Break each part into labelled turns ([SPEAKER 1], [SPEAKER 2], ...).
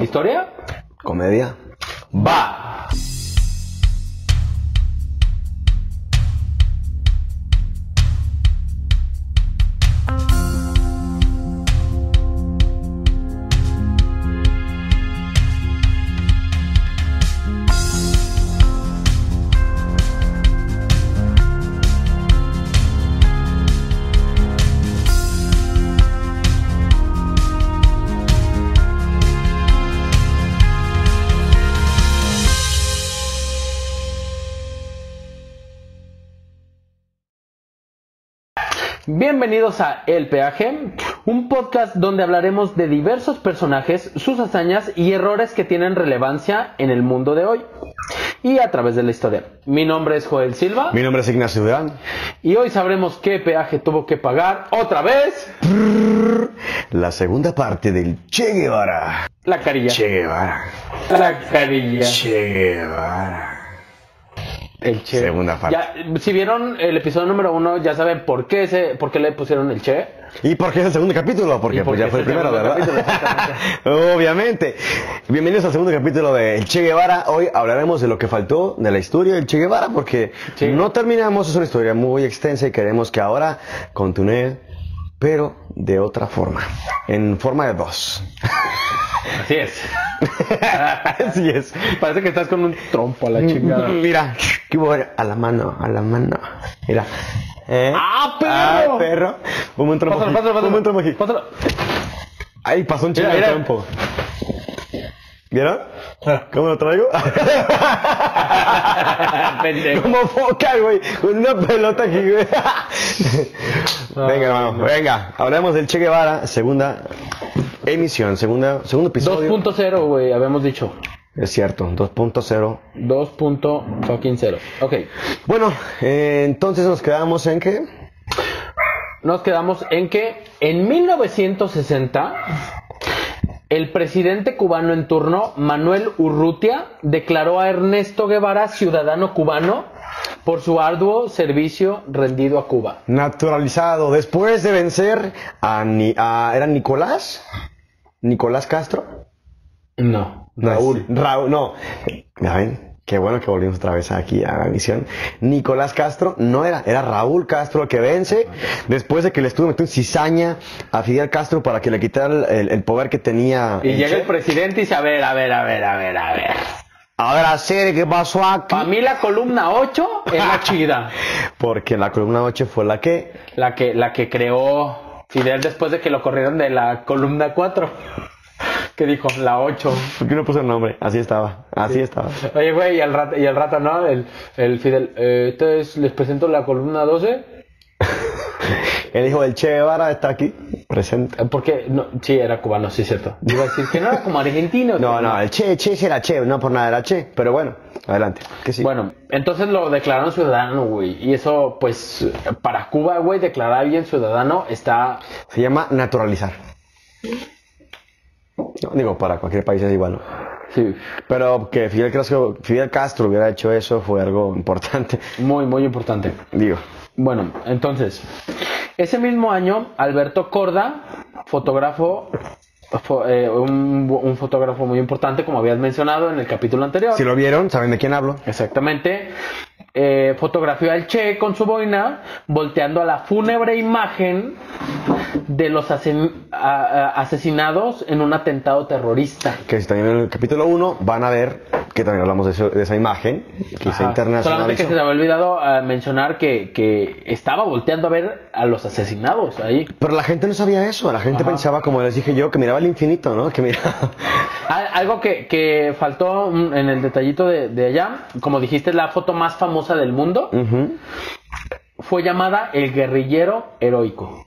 [SPEAKER 1] ¿Historia?
[SPEAKER 2] Comedia.
[SPEAKER 1] ¡Va! Bienvenidos a El Peaje, un podcast donde hablaremos de diversos personajes, sus hazañas y errores que tienen relevancia en el mundo de hoy y a través de la historia. Mi nombre es Joel Silva
[SPEAKER 2] Mi nombre es Ignacio Durán.
[SPEAKER 1] y hoy sabremos qué peaje tuvo que pagar otra vez
[SPEAKER 2] La segunda parte del Che Guevara.
[SPEAKER 1] la carilla.
[SPEAKER 2] Che Guevara.
[SPEAKER 1] La carilla.
[SPEAKER 2] Che Guevara.
[SPEAKER 1] El che.
[SPEAKER 2] Segunda parte.
[SPEAKER 1] Ya, si vieron el episodio número uno, ya saben por qué, se, por qué le pusieron el che.
[SPEAKER 2] ¿Y por qué es el segundo capítulo?
[SPEAKER 1] Y
[SPEAKER 2] Porque pues,
[SPEAKER 1] porque
[SPEAKER 2] ya fue
[SPEAKER 1] es
[SPEAKER 2] el
[SPEAKER 1] el
[SPEAKER 2] primero,
[SPEAKER 1] segundo
[SPEAKER 2] ¿verdad? Obviamente. Bienvenidos al segundo capítulo de El Che Guevara. Hoy hablaremos de lo que faltó de la historia del Che Guevara porque
[SPEAKER 1] Sí.
[SPEAKER 2] no terminamos. Es una historia muy extensa y queremos que ahora continúe, pero de otra forma. En forma de dos.
[SPEAKER 1] Así es.
[SPEAKER 2] Así es.
[SPEAKER 1] Parece que estás con un trompo a la chingada.
[SPEAKER 2] Mm, Mira, qué bueno, a la mano, a la mano. Mira. ¿Eh?
[SPEAKER 1] ¡Ah, perro!
[SPEAKER 2] ¡Ah, perro! Ponme un trompo
[SPEAKER 1] Pásalo,
[SPEAKER 2] aquí,
[SPEAKER 1] pásalo, pásalo.
[SPEAKER 2] ponme un trompo aquí.
[SPEAKER 1] Pásalo.
[SPEAKER 2] Ahí pasó un chingo
[SPEAKER 1] Mira,
[SPEAKER 2] de
[SPEAKER 1] mira. Ah.
[SPEAKER 2] trompo. ¿Vieron? ¿Cómo lo traigo?
[SPEAKER 1] Pendejo.
[SPEAKER 2] Como foca, güey. Con una pelota aquí, güey. venga, hermano. Venga. Hablemos del Che Guevara. Segunda emisión. Segunda, segundo episodio.
[SPEAKER 1] 2.0, güey, habíamos dicho.
[SPEAKER 2] Es cierto. 2.0.
[SPEAKER 1] 2.0. Ok.
[SPEAKER 2] Bueno, eh, entonces nos quedamos en que...
[SPEAKER 1] Nos quedamos en que en 1960 el presidente cubano en turno, Manuel Urrutia, declaró a Ernesto Guevara ciudadano cubano por su arduo servicio rendido a Cuba.
[SPEAKER 2] Naturalizado después de vencer a, Ni- a- era Nicolás Nicolás Castro
[SPEAKER 1] No.
[SPEAKER 2] No, es- Raúl no ya ven qué bueno que volvimos otra vez aquí a la misión Nicolás Castro no era era Raúl Castro el que vence después de que le estuvo metiendo cizaña a Fidel Castro para que le quitara el, el poder que tenía
[SPEAKER 1] Y
[SPEAKER 2] el
[SPEAKER 1] llega el
[SPEAKER 2] Che.
[SPEAKER 1] presidente y dice, a ver, a ver, a ver, a ver, a ver.
[SPEAKER 2] ahora sé qué pasó aquí
[SPEAKER 1] Para mí la columna 8 es la chida.
[SPEAKER 2] porque la columna 8 fue la que
[SPEAKER 1] La que, la que creó Fidel después de que lo corrieron de la columna 4. Que dijo, la 8.
[SPEAKER 2] ¿Por qué no puso el nombre? Así estaba, así estaba.
[SPEAKER 1] Oye, güey, y al rato, y al rato ¿no? El, el Fidel, eh, entonces les presento la columna 12.
[SPEAKER 2] El hijo del Che Guevara está aquí, presente.
[SPEAKER 1] Eh, Porque, no, sí, era cubano, sí, cierto. Iba a decir que no era como argentino.
[SPEAKER 2] No,
[SPEAKER 1] pero
[SPEAKER 2] no, el Che, Che sí era Che, no por nada era Che, pero bueno, adelante. Que sí.
[SPEAKER 1] Bueno, entonces lo declararon ciudadano, güey. Y eso, pues, para Cuba, güey, declarar a alguien ciudadano está
[SPEAKER 2] Se llama naturalizar. No, digo, para cualquier país es igual. ¿no?
[SPEAKER 1] sí,
[SPEAKER 2] Pero que Fidel Castro, Fidel Castro hubiera hecho eso fue algo importante.
[SPEAKER 1] muy, muy importante.
[SPEAKER 2] Digo,
[SPEAKER 1] Bueno, entonces, ese mismo año, Alberto Corda, fotógrafo, fo- eh, un, un fotógrafo muy importante, como habías mencionado en el capítulo anterior.
[SPEAKER 2] si lo vieron, saben de quién hablo.
[SPEAKER 1] Exactamente. Eh, fotografió al Che con su boina, volteando a la fúnebre imagen de los asen- a- a- asesinados en un atentado terrorista.
[SPEAKER 2] Que si también en el capítulo 1 van a ver que también hablamos de, eso- de esa imagen que se
[SPEAKER 1] Ajá. Solamente que
[SPEAKER 2] internacionalizó.
[SPEAKER 1] se te había olvidado eh, mencionar que, que estaba volteando a ver a los asesinados ahí.
[SPEAKER 2] Pero la gente no sabía eso, la gente
[SPEAKER 1] Ajá.
[SPEAKER 2] pensaba, como les dije yo, que miraba el infinito, ¿no? Que miraba...
[SPEAKER 1] Al- Ah, Algo que, que faltó mm, en el detallito de, de allá, como dijiste, la foto más famosa del mundo
[SPEAKER 2] Ujú.
[SPEAKER 1] fue llamada El Guerrillero Heroico.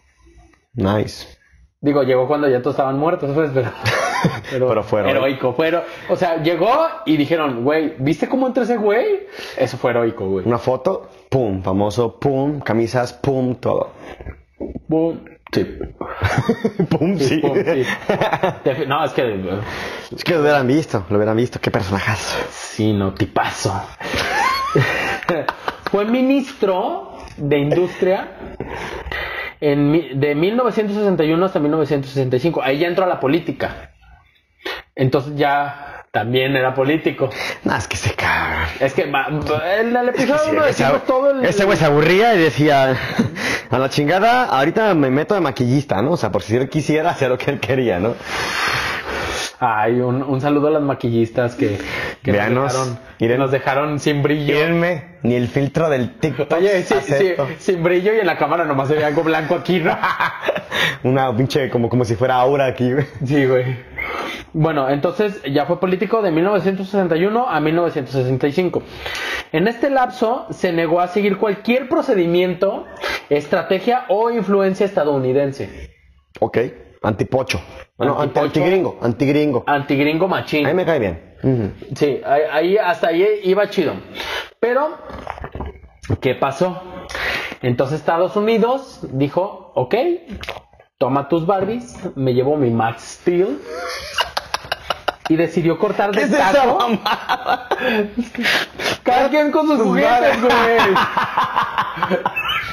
[SPEAKER 2] Nice.
[SPEAKER 1] Digo, llegó cuando ya todos estaban muertos, pues, pero,
[SPEAKER 2] Pero fue heroico.
[SPEAKER 1] heroico. fue hero- o sea, llegó y dijeron, güey, ¿viste cómo entró ese güey? Eso fue heroico, güey.
[SPEAKER 2] Una foto, pum, famoso, pum, camisas, pum, todo.
[SPEAKER 1] Pum, sí.
[SPEAKER 2] pum, sí.
[SPEAKER 1] Pum, sí. Defi- No, es que eh,
[SPEAKER 2] Es que lo hubieran visto, lo hubieran visto, qué personajazo.
[SPEAKER 1] sí, no, tipazo. fue ministro de Industria en, mi- de 1961 hasta 1965. Ahí ya entró a la política. Entonces ya también era político.
[SPEAKER 2] Nah, es que se caga.
[SPEAKER 1] Es que ma- en el episodio
[SPEAKER 2] Sí,
[SPEAKER 1] uno
[SPEAKER 2] ese
[SPEAKER 1] decimos
[SPEAKER 2] güey-
[SPEAKER 1] todo el...
[SPEAKER 2] Ese güey se aburría y decía, a la chingada, ahorita me meto de maquillista, ¿no? O sea, por si él quisiera hacer lo que él quería, ¿no?
[SPEAKER 1] Ay, un, un saludo a las maquillistas que, que nos,
[SPEAKER 2] Véanos,
[SPEAKER 1] dejaron,
[SPEAKER 2] miren.
[SPEAKER 1] nos dejaron sin brillo.
[SPEAKER 2] Mírenme, ni el filtro del TikTok.
[SPEAKER 1] Oye, sí, sí,
[SPEAKER 2] acepto.
[SPEAKER 1] sin brillo y en la cámara nomás se ve algo blanco aquí, ¿no?
[SPEAKER 2] Una pinche, como, como si fuera aura aquí, güey.
[SPEAKER 1] Sí, güey. Bueno, entonces ya fue político de 1961 a 1965. En este lapso se negó a seguir cualquier procedimiento, estrategia o influencia estadounidense.
[SPEAKER 2] Ok, antipocho. Bueno, anti-
[SPEAKER 1] Antipocho. Ah,
[SPEAKER 2] antigringo, antigringo.
[SPEAKER 1] Antigringo
[SPEAKER 2] A mí
[SPEAKER 1] machín.
[SPEAKER 2] me cae bien. Ujú.
[SPEAKER 1] Sí, ahí, ahí- hasta ahí iba chido. Pero, ¿qué pasó? Entonces Estados Unidos dijo, ok, toma tus Barbies, me llevo mi Max Steel. Y decidió cortar de
[SPEAKER 2] ¿Qué es esa
[SPEAKER 1] tajo.
[SPEAKER 2] mamá?
[SPEAKER 1] Cada quien con sus juguetes,
[SPEAKER 2] juguetes,
[SPEAKER 1] güey.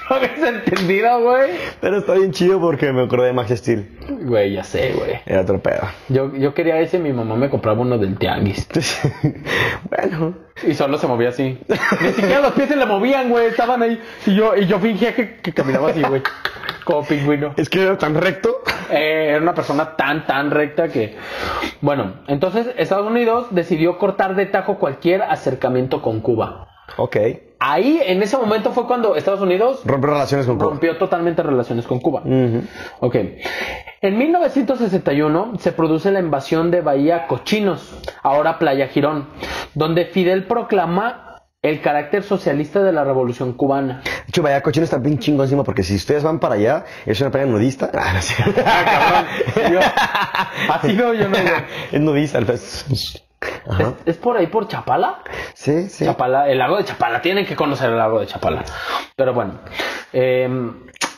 [SPEAKER 1] ¿No habías entendido, güey?
[SPEAKER 2] Pero está bien chido porque me acordé de Max Steel.
[SPEAKER 1] Güey, ya sé, güey.
[SPEAKER 2] Era otro pedo.
[SPEAKER 1] Yo, yo quería ese, mi mamá me compraba uno del tianguis.
[SPEAKER 2] Entonces, bueno,
[SPEAKER 1] Y solo se movía así. Ni siquiera los pies se le movían, güey. Estaban ahí. Y yo, y yo fingía que, que caminaba así, güey. Como pingüino.
[SPEAKER 2] es que era tan recto.
[SPEAKER 1] Eh, era una persona tan, tan recta que... Bueno, entonces Estados Unidos decidió cortar de tajo cualquier acercamiento con Cuba.
[SPEAKER 2] Ok,
[SPEAKER 1] Ahí, en ese momento, fue cuando Estados Unidos
[SPEAKER 2] romper relaciones con Cuba.
[SPEAKER 1] rompió totalmente relaciones con Cuba.
[SPEAKER 2] Ujú.
[SPEAKER 1] Ok. En 1961 se produce la invasión de Bahía Cochinos, ahora Playa Girón, donde Fidel proclama el carácter socialista de la Revolución Cubana.
[SPEAKER 2] De hecho, vaya cochino está bien chingo encima porque si ustedes van para allá, es una playa nudista. Ah, no es cierto. Ah,
[SPEAKER 1] Así no, yo no. güey.
[SPEAKER 2] es nudista. el pez.
[SPEAKER 1] ¿Es,
[SPEAKER 2] Ajá.
[SPEAKER 1] es por ahí por Chapala?
[SPEAKER 2] Sí, sí.
[SPEAKER 1] Chapala, el lago de Chapala, tienen que conocer el lago de Chapala. Pero bueno, eh,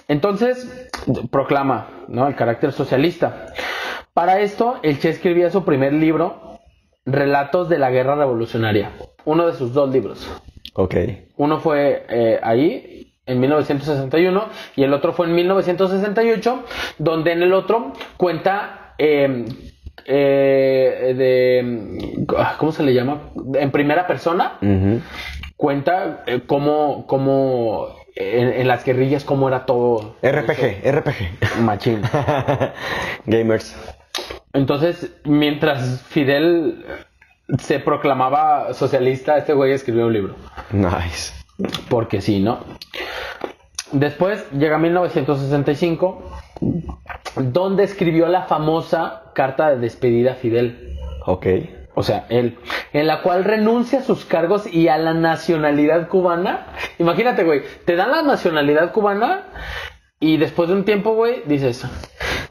[SPEAKER 1] entonces proclama ¿no? el carácter socialista. Para esto, el Che escribía su primer libro, Relatos de la Guerra Revolucionaria, uno de sus dos libros.
[SPEAKER 2] Ok.
[SPEAKER 1] Uno fue eh, ahí, en 1961, y el otro fue en 1968, donde en el otro cuenta eh, eh, de... ah, ¿Cómo se le llama? En primera persona
[SPEAKER 2] Ujú.
[SPEAKER 1] cuenta eh, cómo, cómo en, en las guerrillas, cómo era todo
[SPEAKER 2] RPG, RPG.
[SPEAKER 1] machín.
[SPEAKER 2] Gamers.
[SPEAKER 1] Entonces, mientras Fidel se proclamaba socialista, este güey escribió un libro.
[SPEAKER 2] Nice.
[SPEAKER 1] Porque sí, ¿no? Después llega 1965, donde escribió la famosa carta de despedida a Fidel.
[SPEAKER 2] Ok.
[SPEAKER 1] O sea, él, en la cual renuncia a sus cargos y a la nacionalidad cubana. Imagínate, güey, te dan la nacionalidad cubana y después de un tiempo, güey, dices,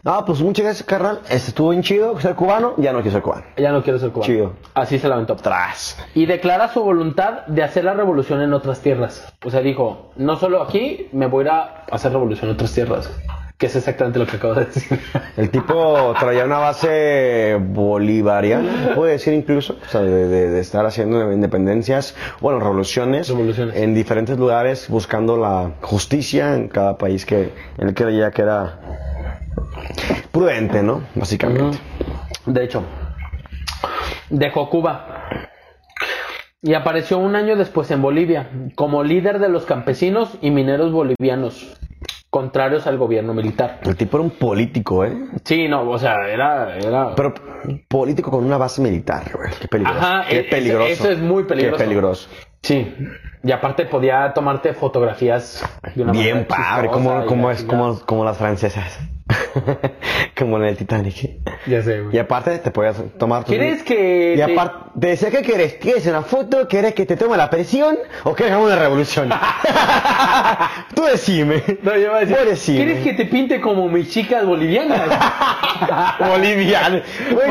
[SPEAKER 2] Ah, pues muchas gracias, carnal. Este estuvo bien chido ser cubano. Ya no quiero ser cubano.
[SPEAKER 1] ya no quiero ser cubano.
[SPEAKER 2] Chido.
[SPEAKER 1] Así se la aventó.
[SPEAKER 2] Tras.
[SPEAKER 1] Y declara su voluntad de hacer la revolución en otras tierras. O sea, dijo, no solo aquí, me voy a ir a hacer revolución en otras tierras. Que es exactamente lo que acabo de decir.
[SPEAKER 2] El tipo traía una base bolivariana, puede decir incluso, o sea, de, de- de estar haciendo independencias, bueno, revoluciones,
[SPEAKER 1] Revoluciones.
[SPEAKER 2] en diferentes lugares, buscando la justicia en cada país que él creía que era prudente, ¿no? Básicamente.
[SPEAKER 1] De hecho, dejó Cuba. Y apareció un año después en Bolivia, como líder de los campesinos y mineros bolivianos, contrarios al gobierno militar.
[SPEAKER 2] El tipo era un político, ¿eh?
[SPEAKER 1] Sí, no, o sea, era... era...
[SPEAKER 2] Pero político con una base militar, güey. Qué peligroso.
[SPEAKER 1] Ajá,
[SPEAKER 2] qué
[SPEAKER 1] e-
[SPEAKER 2] peligroso.
[SPEAKER 1] eso- eso es muy peligroso.
[SPEAKER 2] Qué peligroso.
[SPEAKER 1] Sí, y aparte podía tomarte fotografías de una
[SPEAKER 2] Bien
[SPEAKER 1] manera chistosa
[SPEAKER 2] padre, como,
[SPEAKER 1] y
[SPEAKER 2] como
[SPEAKER 1] la
[SPEAKER 2] es,
[SPEAKER 1] chingada.
[SPEAKER 2] como, como las francesas. como en el Titanic.
[SPEAKER 1] Ya sé, güey.
[SPEAKER 2] Y aparte te podías tomar tus-
[SPEAKER 1] ¿Quieres que
[SPEAKER 2] Y
[SPEAKER 1] te-
[SPEAKER 2] aparte, te decía, ¿qué quieres? ¿Quieres una foto? ¿Quieres que te tome la presión? ¿O quieres hagamos una revolución? Tú decime.
[SPEAKER 1] No, yo iba a decir,
[SPEAKER 2] Pobrecino.
[SPEAKER 1] ¿quieres que te pinte como mis chicas bolivianas?
[SPEAKER 2] Boliviano. Güey,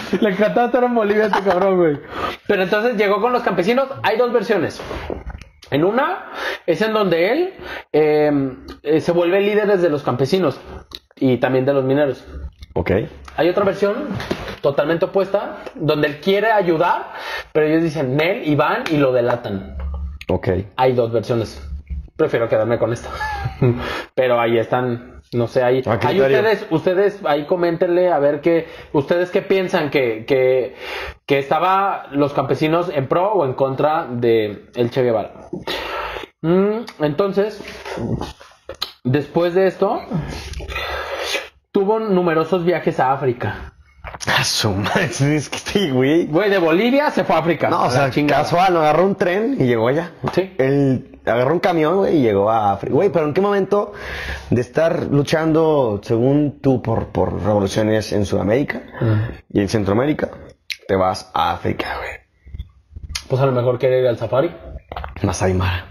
[SPEAKER 1] Pues, Le encantaba estar en Bolivia a este cabrón, güey. Pero entonces llegó con los campesinos. Hay dos versiones. En una es en donde él eh, eh, se vuelve líder de los campesinos y también de los mineros.
[SPEAKER 2] Ok.
[SPEAKER 1] Hay otra versión totalmente opuesta donde él quiere ayudar, pero ellos dicen Nel y van y lo delatan.
[SPEAKER 2] Ok.
[SPEAKER 1] Hay dos versiones. Prefiero quedarme con esta. pero ahí están No sé, ahí,
[SPEAKER 2] ¿A qué
[SPEAKER 1] ahí
[SPEAKER 2] criterio?
[SPEAKER 1] ustedes, ustedes, ahí coméntenle a ver qué, ustedes qué piensan que, que, que estaba los campesinos en pro o en contra de el Che Guevara. Mm, entonces, después de esto, tuvo numerosos viajes a África.
[SPEAKER 2] Ah, su madre, es que sí, güey.
[SPEAKER 1] Güey, de Bolivia se fue a África.
[SPEAKER 2] No,
[SPEAKER 1] A
[SPEAKER 2] o
[SPEAKER 1] la
[SPEAKER 2] sea,
[SPEAKER 1] chingada.
[SPEAKER 2] casual, agarró un tren y llegó allá.
[SPEAKER 1] Sí.
[SPEAKER 2] Él agarró un camión, güey, y llegó a África. Güey, pero ¿en qué momento de estar luchando, según tú, por, por revoluciones en Sudamérica y en Centroamérica, te vas a África, güey?
[SPEAKER 1] Pues a lo mejor quiere ir al safari.
[SPEAKER 2] Masai Mara.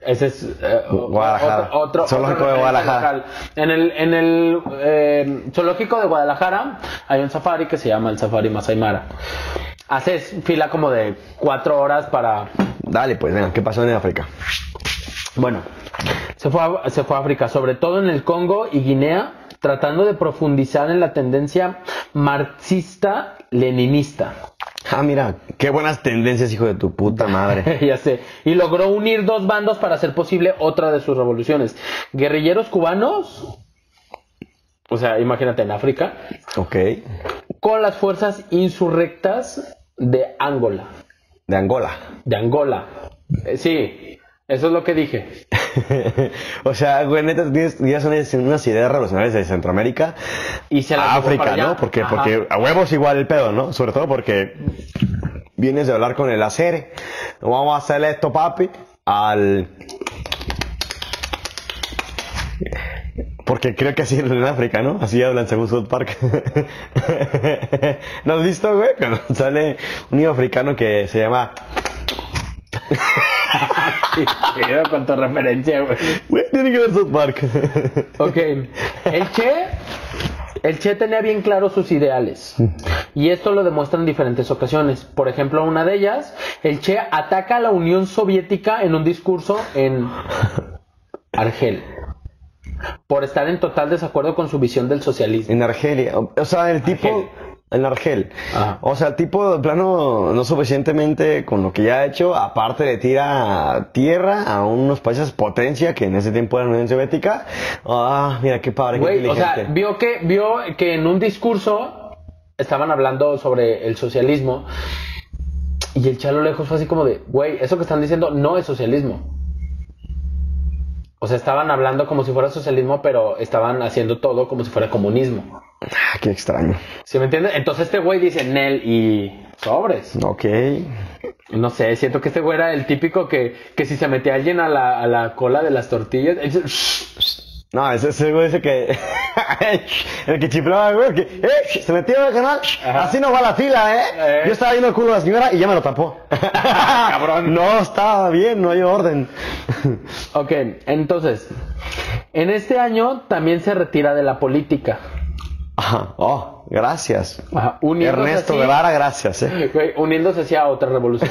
[SPEAKER 1] Ese es eh, o-
[SPEAKER 2] Guadalajara.
[SPEAKER 1] otro, otro-
[SPEAKER 2] Zoológico
[SPEAKER 1] otro
[SPEAKER 2] de
[SPEAKER 1] referente
[SPEAKER 2] Guadalajara.
[SPEAKER 1] local. En el, en el eh, zoológico de Guadalajara hay un safari que se llama el Safari Masai Mara. Haces fila como de cuatro horas para...
[SPEAKER 2] Dale, pues, venga, ¿qué pasó en África?
[SPEAKER 1] Bueno, se fue, a, se fue a África, sobre todo en el Congo y Guinea, tratando de profundizar en la tendencia marxista-leninista.
[SPEAKER 2] Ah, mira, qué buenas tendencias, hijo de tu puta madre.
[SPEAKER 1] ya sé. Y logró unir dos bandos para hacer posible otra de sus revoluciones. Guerrilleros cubanos, o sea, imagínate en África,
[SPEAKER 2] ok.
[SPEAKER 1] con las fuerzas insurrectas de Angola.
[SPEAKER 2] De Angola.
[SPEAKER 1] De Angola. Eh, sí, eso es lo que dije.
[SPEAKER 2] o sea, güey, neta, tienes, tienes unas, unas ideas revolucionarias de Centroamérica
[SPEAKER 1] Y se
[SPEAKER 2] a
[SPEAKER 1] las llevó para
[SPEAKER 2] África,
[SPEAKER 1] allá.
[SPEAKER 2] ¿no? Porque,
[SPEAKER 1] Ajá.
[SPEAKER 2] porque a huevos igual el pedo, ¿no? Sobre todo porque vienes de hablar con el hacer. Vamos a hacer esto, papi, al... Porque creo que así en África, ¿no? Así hablan según South Park. ¿No has visto, güey? Cuando sale un niño africano que se llama...
[SPEAKER 1] Sí, quedo con tu referencia, güey.
[SPEAKER 2] Güey, tiene que ver South Park.
[SPEAKER 1] Ok. El Che. El Che tenía bien claros sus ideales. Y esto lo demuestra en diferentes ocasiones. Por ejemplo, una de ellas, el Che ataca a la Unión Soviética en un discurso en Argel. Por estar en total desacuerdo con su visión del socialismo.
[SPEAKER 2] En Argelia. O o sea, el tipo.
[SPEAKER 1] Argel.
[SPEAKER 2] En Argel.
[SPEAKER 1] Ajá.
[SPEAKER 2] O sea, el tipo de plano no suficientemente con lo que ya ha hecho, aparte le tira tierra a unos países potencia que en ese tiempo era la Unión Soviética. Ah, mira qué padre, qué
[SPEAKER 1] Güey, o sea,
[SPEAKER 2] inteligente.
[SPEAKER 1] vio que, vio que en un discurso estaban hablando sobre el socialismo. Y el Che a lo lejos fue así como de, güey, eso que están diciendo no es socialismo. O sea, estaban hablando como si fuera socialismo, pero estaban haciendo todo como si fuera comunismo.
[SPEAKER 2] Ah, qué extraño.
[SPEAKER 1] ¿Sí me entiendes? Entonces este güey dice Nel y sobres.
[SPEAKER 2] Ok.
[SPEAKER 1] No sé, siento que este güey era el típico que, que si se metía alguien a la, a la cola de las tortillas. él se-
[SPEAKER 2] No, ese ese güey ese que. el que chiflaba, güey. el que, "Eh, se metió en el canal.
[SPEAKER 1] Ajá.
[SPEAKER 2] Así no va la fila, ¿eh?
[SPEAKER 1] Eh.
[SPEAKER 2] Yo estaba viendo el culo de la señora y ya me lo tapó.
[SPEAKER 1] Cabrón.
[SPEAKER 2] No estaba bien, no hay orden.
[SPEAKER 1] Ok, entonces, en este año también se retira de la política.
[SPEAKER 2] Ajá. Oh, gracias.
[SPEAKER 1] Ajá, uniéndose
[SPEAKER 2] Ernesto
[SPEAKER 1] así-
[SPEAKER 2] Guevara, gracias, eh.
[SPEAKER 1] Güey, uniéndose así a otra revolución.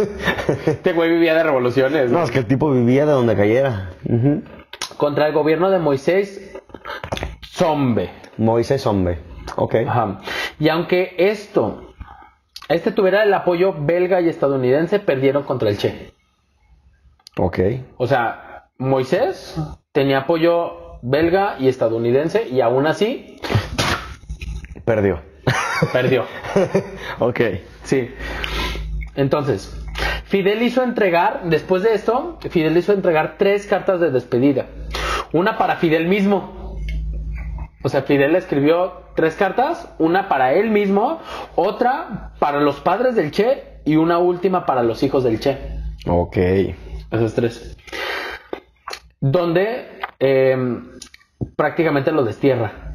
[SPEAKER 1] este güey vivía de revoluciones.
[SPEAKER 2] No,
[SPEAKER 1] ¿no?
[SPEAKER 2] es que el tipo vivía de donde cayera. Ujú.
[SPEAKER 1] Contra el gobierno de Moisés Zombe.
[SPEAKER 2] Moisés Hombre. Ok.
[SPEAKER 1] Ajá. Y aunque esto, este tuviera el apoyo belga y estadounidense, perdieron contra el Che.
[SPEAKER 2] Ok.
[SPEAKER 1] O sea, Moisés tenía apoyo belga y estadounidense y aún así
[SPEAKER 2] Perdió.
[SPEAKER 1] perdió.
[SPEAKER 2] ok.
[SPEAKER 1] Sí. Entonces, Fidel hizo entregar, después de esto, Fidel hizo entregar tres cartas de despedida. Una para Fidel mismo. O sea, Fidel escribió tres cartas, una para él mismo, otra para los padres del Che y una última para los hijos del Che.
[SPEAKER 2] Ok.
[SPEAKER 1] Esas tres. Donde eh, prácticamente lo destierra.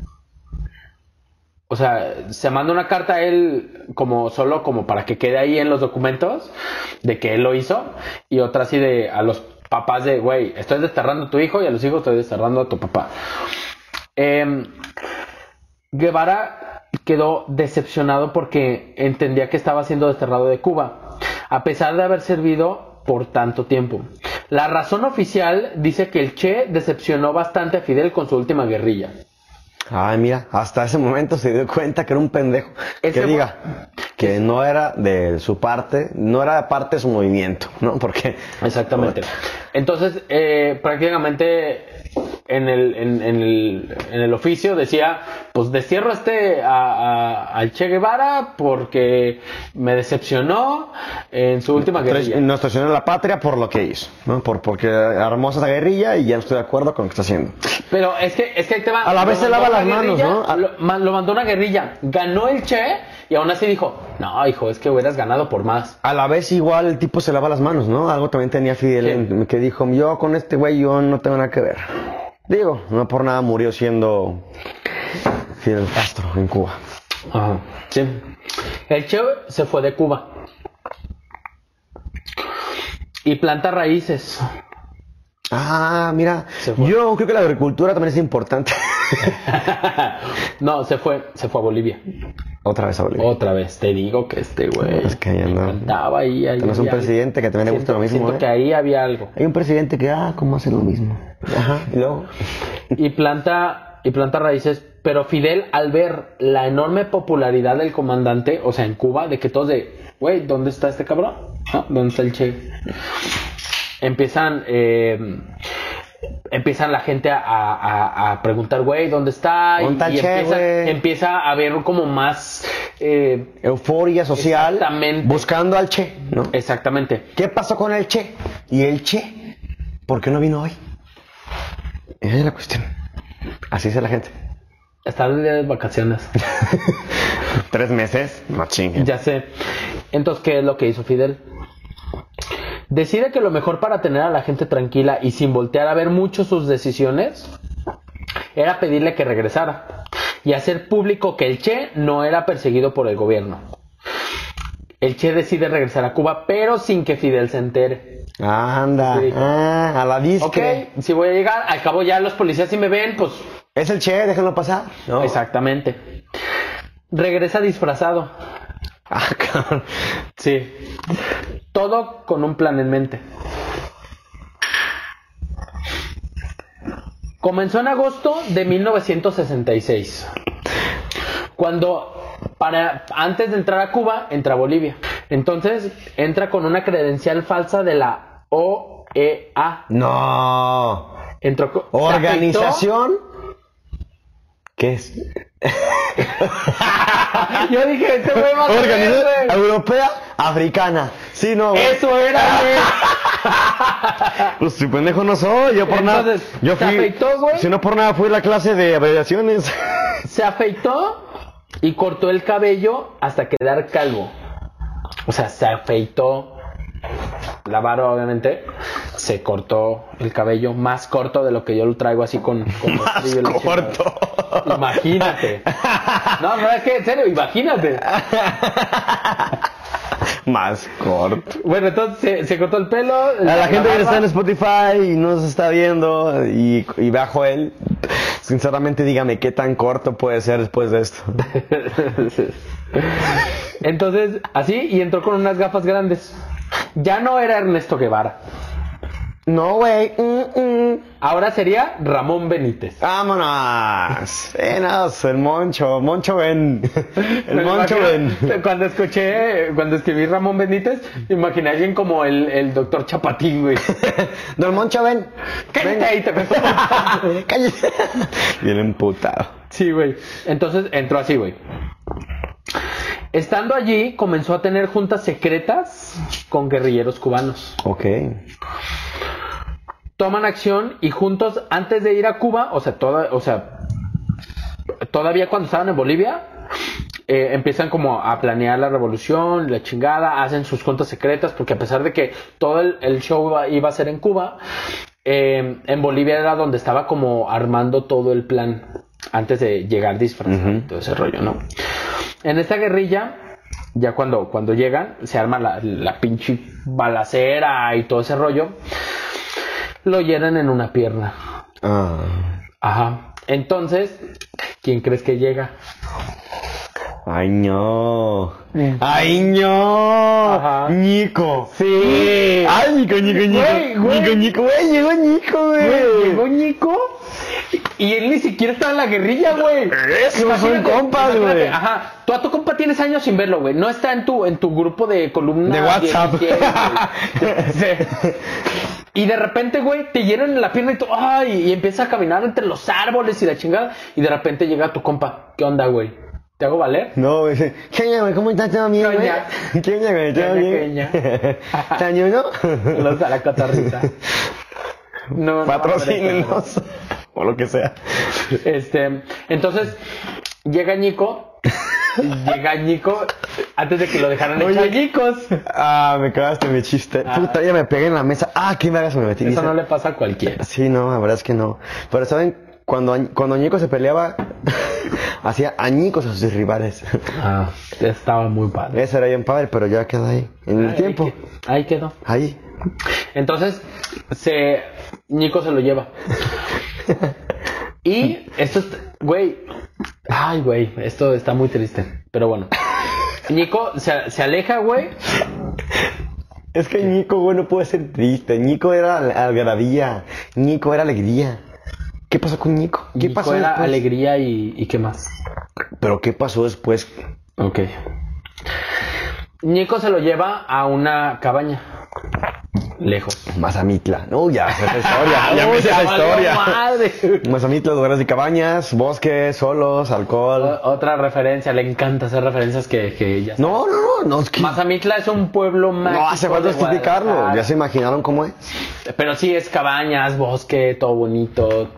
[SPEAKER 1] O sea, se manda una carta a él como solo como para que quede ahí en los documentos de que él lo hizo y otra así de a los papás de, güey, estoy desterrando a tu hijo y a los hijos estoy desterrando a tu papá. Em, Guevara quedó decepcionado porque entendía que estaba siendo desterrado de Cuba, a pesar de haber servido por tanto tiempo. La razón oficial dice que el Che decepcionó bastante a Fidel con su última guerrilla.
[SPEAKER 2] Ay, mira, hasta ese momento se dio cuenta que era un pendejo.
[SPEAKER 1] Ese
[SPEAKER 2] que
[SPEAKER 1] mo-
[SPEAKER 2] diga, que no era de su parte, no era parte de su movimiento, ¿no? Porque.
[SPEAKER 1] Exactamente. Entonces, eh, prácticamente en el, en, en el, en el oficio decía, pues destierro a este a- a- al Che Guevara porque me decepcionó en su última guerrilla.
[SPEAKER 2] Tres- Nos traicionó la patria por lo que hizo, ¿no? Por, porque armó esa guerrilla y ya no estoy de acuerdo con lo que está haciendo.
[SPEAKER 1] Pero es que, es que ahí te va.
[SPEAKER 2] A la vez
[SPEAKER 1] Lo
[SPEAKER 2] se
[SPEAKER 1] mandó
[SPEAKER 2] lava
[SPEAKER 1] a
[SPEAKER 2] las
[SPEAKER 1] una
[SPEAKER 2] manos,
[SPEAKER 1] guerrilla,
[SPEAKER 2] ¿no? A-
[SPEAKER 1] Lo, ma- lo mandó a una guerrilla. Ganó el Che y aún así dijo, no, hijo, es que hubieras ganado por más.
[SPEAKER 2] A la vez igual el tipo se lava las manos, ¿no? Algo también tenía Fidel
[SPEAKER 1] ¿Quién?
[SPEAKER 2] en- que dijo, yo con este güey yo no tengo nada que ver. Digo, no por nada murió siendo Fidel Castro en Cuba.
[SPEAKER 1] Ajá. Sí. El Che se fue de Cuba. Y planta raíces.
[SPEAKER 2] Ah, mira,
[SPEAKER 1] Se fue.
[SPEAKER 2] yo creo que la agricultura también es importante.
[SPEAKER 1] no, se fue, se fue a Bolivia.
[SPEAKER 2] Otra vez a Bolivia.
[SPEAKER 1] Otra vez, te digo que este güey.
[SPEAKER 2] Es que ya no.
[SPEAKER 1] Cantaba ahí. ahí
[SPEAKER 2] Tenemos un
[SPEAKER 1] había algo.
[SPEAKER 2] presidente que también le
[SPEAKER 1] Siento-
[SPEAKER 2] gusta lo mismo,
[SPEAKER 1] Siento que
[SPEAKER 2] ¿eh?
[SPEAKER 1] ahí había algo.
[SPEAKER 2] Hay un presidente que, ah, ¿cómo hace lo mismo? Ajá, y luego...
[SPEAKER 1] y planta y planta raíces pero Fidel al ver la enorme popularidad del comandante o sea en Cuba de que todos de güey dónde está este cabrón ¿No? dónde está el Che empiezan eh, empiezan la gente a, a- a preguntar güey dónde está
[SPEAKER 2] ¿Dónde está el
[SPEAKER 1] y
[SPEAKER 2] Che,
[SPEAKER 1] empieza,
[SPEAKER 2] güey?
[SPEAKER 1] empieza a haber como más eh,
[SPEAKER 2] euforia social
[SPEAKER 1] Exactamente.
[SPEAKER 2] buscando al Che, ¿no?
[SPEAKER 1] exactamente
[SPEAKER 2] ¿Qué pasó con el Che? ¿Y el Che? ¿Por qué no vino hoy? Esa es la cuestión. Así dice la gente.
[SPEAKER 1] están de vacaciones
[SPEAKER 2] Tres meses, no chinguen.
[SPEAKER 1] Ya sé. Entonces, ¿qué es lo que hizo Fidel? Decide que lo mejor para tener a la gente tranquila y sin voltear a ver mucho sus decisiones era pedirle que regresara y hacer público que el Che no era perseguido por el gobierno. El Che decide regresar a Cuba, pero sin que Fidel se entere.
[SPEAKER 2] Anda,
[SPEAKER 1] Sí.
[SPEAKER 2] ah, a la disque.
[SPEAKER 1] Ok, si voy a llegar, al cabo ya los policías si me ven, pues
[SPEAKER 2] Es el Che, déjenlo pasar. No.
[SPEAKER 1] exactamente. Regresa disfrazado.
[SPEAKER 2] Ah, cabrón.
[SPEAKER 1] Sí. Todo con un plan en mente. Comenzó en agosto de 1966. Cuando para antes de entrar a Cuba entra a Bolivia. Entonces entra con una credencial falsa de la OEA.
[SPEAKER 2] No.
[SPEAKER 1] Entró co-
[SPEAKER 2] Organización. ¿Qué es?
[SPEAKER 1] se afectó. Yo dije, este güey va a saber,
[SPEAKER 2] Organización
[SPEAKER 1] güey".
[SPEAKER 2] Europea Africana. Sí, no. güey.
[SPEAKER 1] Eso era, güey.
[SPEAKER 2] Pues si pendejo no soy, yo por nada.
[SPEAKER 1] Entonces,
[SPEAKER 2] Yo
[SPEAKER 1] ¿te
[SPEAKER 2] fui.
[SPEAKER 1] afeitó, güey?
[SPEAKER 2] si no por nada fui a la clase de abreviaciones.
[SPEAKER 1] Se afeitó y cortó el cabello hasta quedar calvo. O sea, se afeitó. La vara, obviamente, se cortó el cabello más corto de lo que yo lo traigo así con... con rastrillo y la chingada. Imagínate. No, no, es que en serio, imagínate.
[SPEAKER 2] Más corto.
[SPEAKER 1] Bueno, entonces se, se cortó el pelo.
[SPEAKER 2] A la, gente que está en
[SPEAKER 1] barba.
[SPEAKER 2] Spotify y nos está viendo y, y bajo él, sinceramente dígame qué tan corto puede ser después de esto.
[SPEAKER 1] Entonces, así, y entró con unas gafas grandes. Ya no era Ernesto Guevara.
[SPEAKER 2] No, güey. Mm, mm.
[SPEAKER 1] Ahora sería Ramón Benítez.
[SPEAKER 2] Vámonos. Venos, el Moncho. Moncho Ben. El
[SPEAKER 1] Me
[SPEAKER 2] Moncho Ben.
[SPEAKER 1] imagino- Cuando escuché, cuando escribí Ramón Benítez, imaginé a alguien como el, el doctor Chapatín, güey.
[SPEAKER 2] Don Moncho Ben.
[SPEAKER 1] Cállate ahí, te meto.
[SPEAKER 2] Cállate. Bien emputado.
[SPEAKER 1] Sí, güey. Entonces entró así, güey. Estando allí, comenzó a tener juntas secretas con guerrilleros cubanos.
[SPEAKER 2] Ok.
[SPEAKER 1] Toman acción y juntos, antes de ir a Cuba, o sea, toda, o sea todavía cuando estaban en Bolivia, eh, empiezan como a planear la revolución, la chingada, hacen sus juntas secretas, porque a pesar de que todo el, el show iba, iba a ser en Cuba, eh, en Bolivia era donde estaba como armando todo el plan antes de llegar disfrazado y
[SPEAKER 2] Ujú.
[SPEAKER 1] todo ese rollo, ¿no? En esta guerrilla, ya cuando, cuando llegan, se arma la, la pinche balacera y todo ese rollo, lo llenan en una pierna.
[SPEAKER 2] Ah.
[SPEAKER 1] Ajá. Entonces, ¿quién crees que llega?
[SPEAKER 2] Ay, no.
[SPEAKER 1] Mm.
[SPEAKER 2] Ay, no.
[SPEAKER 1] Ajá.
[SPEAKER 2] Nico.
[SPEAKER 1] Sí.
[SPEAKER 2] Ay, Nico, Nico,
[SPEAKER 1] Güey,
[SPEAKER 2] Nico.
[SPEAKER 1] güey.
[SPEAKER 2] Nico, Nico, güey, llegó Nico,
[SPEAKER 1] Güey,
[SPEAKER 2] güey.
[SPEAKER 1] llegó Nico y él ni siquiera estaba en la guerrilla, güey.
[SPEAKER 2] Es que
[SPEAKER 1] Imagínate,
[SPEAKER 2] Eh, son compas,
[SPEAKER 1] imagínate,
[SPEAKER 2] güey.
[SPEAKER 1] Ajá. Tú a tu compa culpa tienes años sin verlo, güey? No está en tu, en tu grupo de columna.
[SPEAKER 2] De WhatsApp.
[SPEAKER 1] 10, güey. Sí. Y de repente, güey, te hieren la pierna y tú, ay, y empiezas a caminar entre los árboles y la chingada. Y de repente llega tu compa, ¿qué onda, güey? ¿Te hago valer?
[SPEAKER 2] No, güey, sí. ¿Qué onda, güey? ¿Cómo estás, todo bien, güey?
[SPEAKER 1] Coña.
[SPEAKER 2] ¿Qué onda, güey? ¿Todo
[SPEAKER 1] Coña,
[SPEAKER 2] bien?
[SPEAKER 1] coña.
[SPEAKER 2] ¿Está ñoño?
[SPEAKER 1] Los a la catarrita. No, no,
[SPEAKER 2] Patrocínenos. O lo que sea.
[SPEAKER 1] Este, entonces, llega Nico. Llega Nico antes de que lo dejaran
[SPEAKER 2] Oye.
[SPEAKER 1] hecho Ñicos.
[SPEAKER 2] Ah, me cagaste mi chiste.
[SPEAKER 1] Ah.
[SPEAKER 2] Puta, ya me pegué en la mesa. Ah, qué vergas me metí.
[SPEAKER 1] Eso
[SPEAKER 2] Dice-
[SPEAKER 1] no le pasa a cualquiera.
[SPEAKER 2] Sí, no, la verdad es que no. Pero saben, cuando, Añ- cuando Ñeco se peleaba, hacía añicos a sus rivales.
[SPEAKER 1] Ah, estaba muy padre.
[SPEAKER 2] Ese era bien padre, pero ya queda ahí. En el
[SPEAKER 1] Ahí
[SPEAKER 2] tiempo.
[SPEAKER 1] que- Ahí quedó.
[SPEAKER 2] Ahí.
[SPEAKER 1] Entonces, se Nico se lo lleva. Y esto es, güey, ay, güey, esto está muy triste, pero bueno. Nico se, se aleja, güey.
[SPEAKER 2] Es que Ñico, güey, no puede ser triste. Ñico era al- algarabía. Ñico era alegría. ¿Qué pasó con Ñico? ¿Qué
[SPEAKER 1] Nico
[SPEAKER 2] pasó
[SPEAKER 1] era
[SPEAKER 2] después?
[SPEAKER 1] alegría y, y qué más.
[SPEAKER 2] Pero ¿qué pasó después?
[SPEAKER 1] Ok. Nico se lo lleva a una cabaña. Lejos.
[SPEAKER 2] Mazamitla. No, ya, me sé esa historia. ya me sé esa
[SPEAKER 1] Uy, valió
[SPEAKER 2] historia.
[SPEAKER 1] madre.
[SPEAKER 2] Mazamitla, lugares de cabañas, bosques, solos, alcohol.
[SPEAKER 1] O- Otra referencia, le encanta hacer referencias que, que ya.
[SPEAKER 2] No, no, no, no, es que...
[SPEAKER 1] Mazamitla es un pueblo más.
[SPEAKER 2] No hace falta explicarlo. Ya se imaginaron cómo es.
[SPEAKER 1] Pero sí, es cabañas, bosque, todo bonito.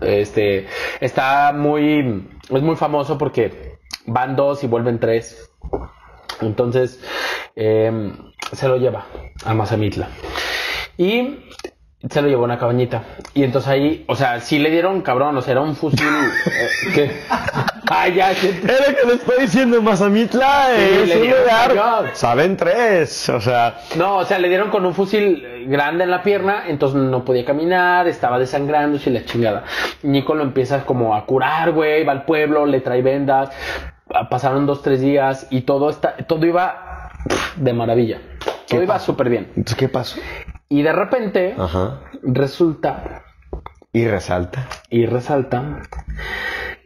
[SPEAKER 1] Este, está muy, es muy famoso porque van dos y vuelven tres. Entonces, eh, se lo lleva a Mazamitla. Y se lo llevó a una cabañita. Y entonces ahí, o sea, sí le dieron cabrón, o sea, era un fusil. eh, que, ay, ya, gente.
[SPEAKER 2] Era que le estoy diciendo, Mazamitla
[SPEAKER 1] es un lugar-
[SPEAKER 2] Saben tres, o sea.
[SPEAKER 1] No, o sea, le dieron con un fusil eh, grande en la pierna, entonces no podía caminar, estaba desangrándose y la chingada. Nico lo empieza como a curar, güey, va al pueblo, le trae vendas, pa- pasaron dos, tres días y todo, está, todo iba pff, de maravilla. Todo iba súper bien.
[SPEAKER 2] Entonces, ¿qué pasó?
[SPEAKER 1] Y de repente
[SPEAKER 2] Ajá.
[SPEAKER 1] resulta
[SPEAKER 2] Y resalta.
[SPEAKER 1] y resalta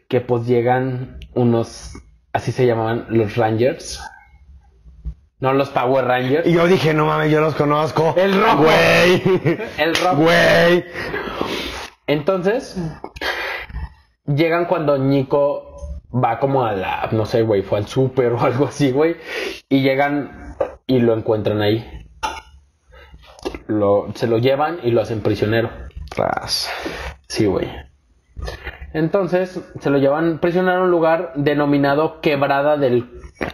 [SPEAKER 1] que pues llegan unos, así se llamaban los Rangers. No los Power Rangers.
[SPEAKER 2] Y yo dije, no mames, yo los conozco.
[SPEAKER 1] El rojo.
[SPEAKER 2] Güey.
[SPEAKER 1] El rojo.
[SPEAKER 2] Güey.
[SPEAKER 1] Entonces, llegan cuando Nico va como a la, no sé, güey, fue al súper o algo así, güey. Y llegan y lo encuentran ahí. Lo, se lo llevan y lo hacen prisionero.
[SPEAKER 2] Tras.
[SPEAKER 1] Sí, güey. Entonces, se lo llevan prisionero a un lugar denominado Quebrada del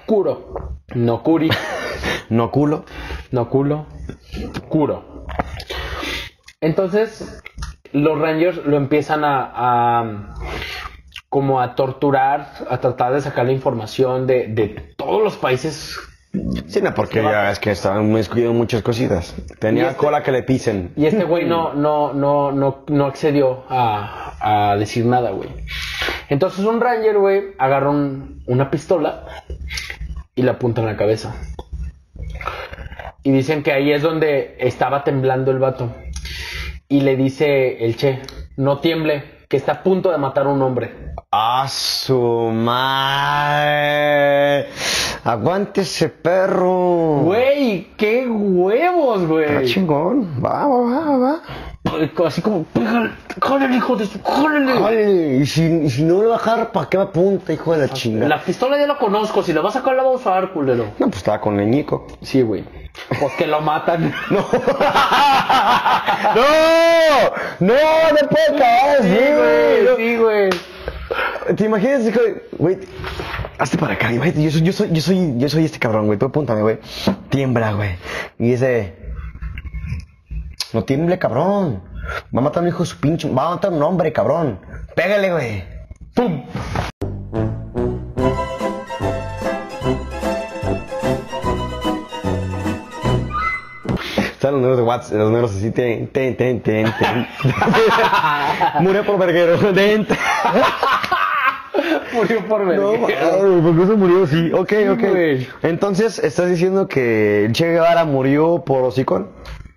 [SPEAKER 1] Curo. No Curi,
[SPEAKER 2] No culo.
[SPEAKER 1] no culo, Curo. Entonces, los Rangers lo empiezan a, a- como a torturar, a tratar de sacar la información de, de todos los países.
[SPEAKER 2] Sí, no, porque ya es que estaban muy escuidos en muchas cositas.
[SPEAKER 1] Y
[SPEAKER 2] Tenía
[SPEAKER 1] este-
[SPEAKER 2] cola que le pisen.
[SPEAKER 1] Y este güey no, no, no, no, no accedió a, a decir nada, güey. Entonces un Ranger, güey, agarra un- una pistola y la apunta en la cabeza. Y dicen que ahí es donde estaba temblando el vato. Y le dice el che, no tiemble, que está a punto de matar a un hombre.
[SPEAKER 2] A su madre. Aguántese, perro.
[SPEAKER 1] Güey, qué huevos,
[SPEAKER 2] Está
[SPEAKER 1] güey.
[SPEAKER 2] Ah, chingón. Va, va, va, va, va.
[SPEAKER 1] Así como, pégale, jálale, hijo de su,
[SPEAKER 2] Ah,
[SPEAKER 1] jálale.
[SPEAKER 2] Ay, y si, y si no lo bajar, ¿para qué me apunta, hijo de la chingada?
[SPEAKER 1] La pistola ya la conozco, si la vas a sacar la vas a usar, culero.
[SPEAKER 2] No, pues estaba con leñico.
[SPEAKER 1] Sí, güey. Pues que lo matan.
[SPEAKER 2] ¡No! ¡No! ¡No! ¡No puede acabar así, güey!
[SPEAKER 1] sí, güey.
[SPEAKER 2] ¿Te imaginas, hijo de- Güey, hazte para acá, imagínate. Yo soy, yo soy, yo soy, yo soy este cabrón, güey. Tú apúntame, güey. Tiembla, güey. Y dice... No tiemble, cabrón. Va a matar a mi hijo de su pinche... Va a matar a un hombre, cabrón. Pégale, güey.
[SPEAKER 1] ¡Pum!
[SPEAKER 2] Están los números de WhatsApp, los números así, ten, ten, ten, ten, ten. Murió por verguero. Ten, ten.
[SPEAKER 1] Murió por ver.
[SPEAKER 2] No, mames, ¿por qué se Pues murió así? Ok, ok.
[SPEAKER 1] güey.
[SPEAKER 2] Entonces, ¿estás diciendo que Che Guevara murió por hocicón?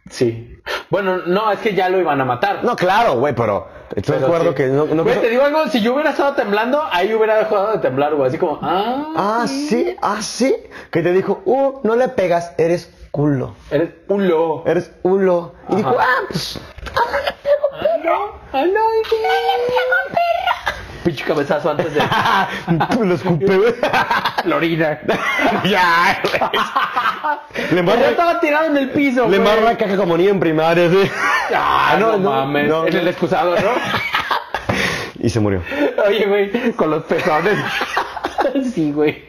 [SPEAKER 1] Sí. Bueno, no, es que ya lo iban a matar.
[SPEAKER 2] No, claro, güey, pero... Estoy de
[SPEAKER 1] Pero
[SPEAKER 2] acuerdo
[SPEAKER 1] sí.
[SPEAKER 2] que no, no
[SPEAKER 1] Güey,
[SPEAKER 2] quiso-
[SPEAKER 1] te digo algo, si yo hubiera estado temblando, ahí hubiera dejado de temblar, güey. Así como, ah,
[SPEAKER 2] Ah, sí, ah, sí. Que te dijo, uh, no le pegas, eres culo.
[SPEAKER 1] eres un lobo.
[SPEAKER 2] Eres culo. Y
[SPEAKER 1] Ajá.
[SPEAKER 2] dijo, ah, pues. ¿Eh?
[SPEAKER 1] No, ah, no, Pinche cabezazo antes de
[SPEAKER 2] "Ah, pues, Lo escupé, güey.
[SPEAKER 1] Florida.
[SPEAKER 2] ya, güey. Le
[SPEAKER 1] Pues yo
[SPEAKER 2] embarra,
[SPEAKER 1] estaba tirado en el piso,
[SPEAKER 2] le
[SPEAKER 1] güey.
[SPEAKER 2] embarra la caja como niño en primaria, sí.
[SPEAKER 1] Ah, no,
[SPEAKER 2] No, no,
[SPEAKER 1] mames.
[SPEAKER 2] no,
[SPEAKER 1] en
[SPEAKER 2] no.
[SPEAKER 1] el excusado, ¿no?
[SPEAKER 2] Y se murió.
[SPEAKER 1] Oye, güey, con los pezones. sí, güey.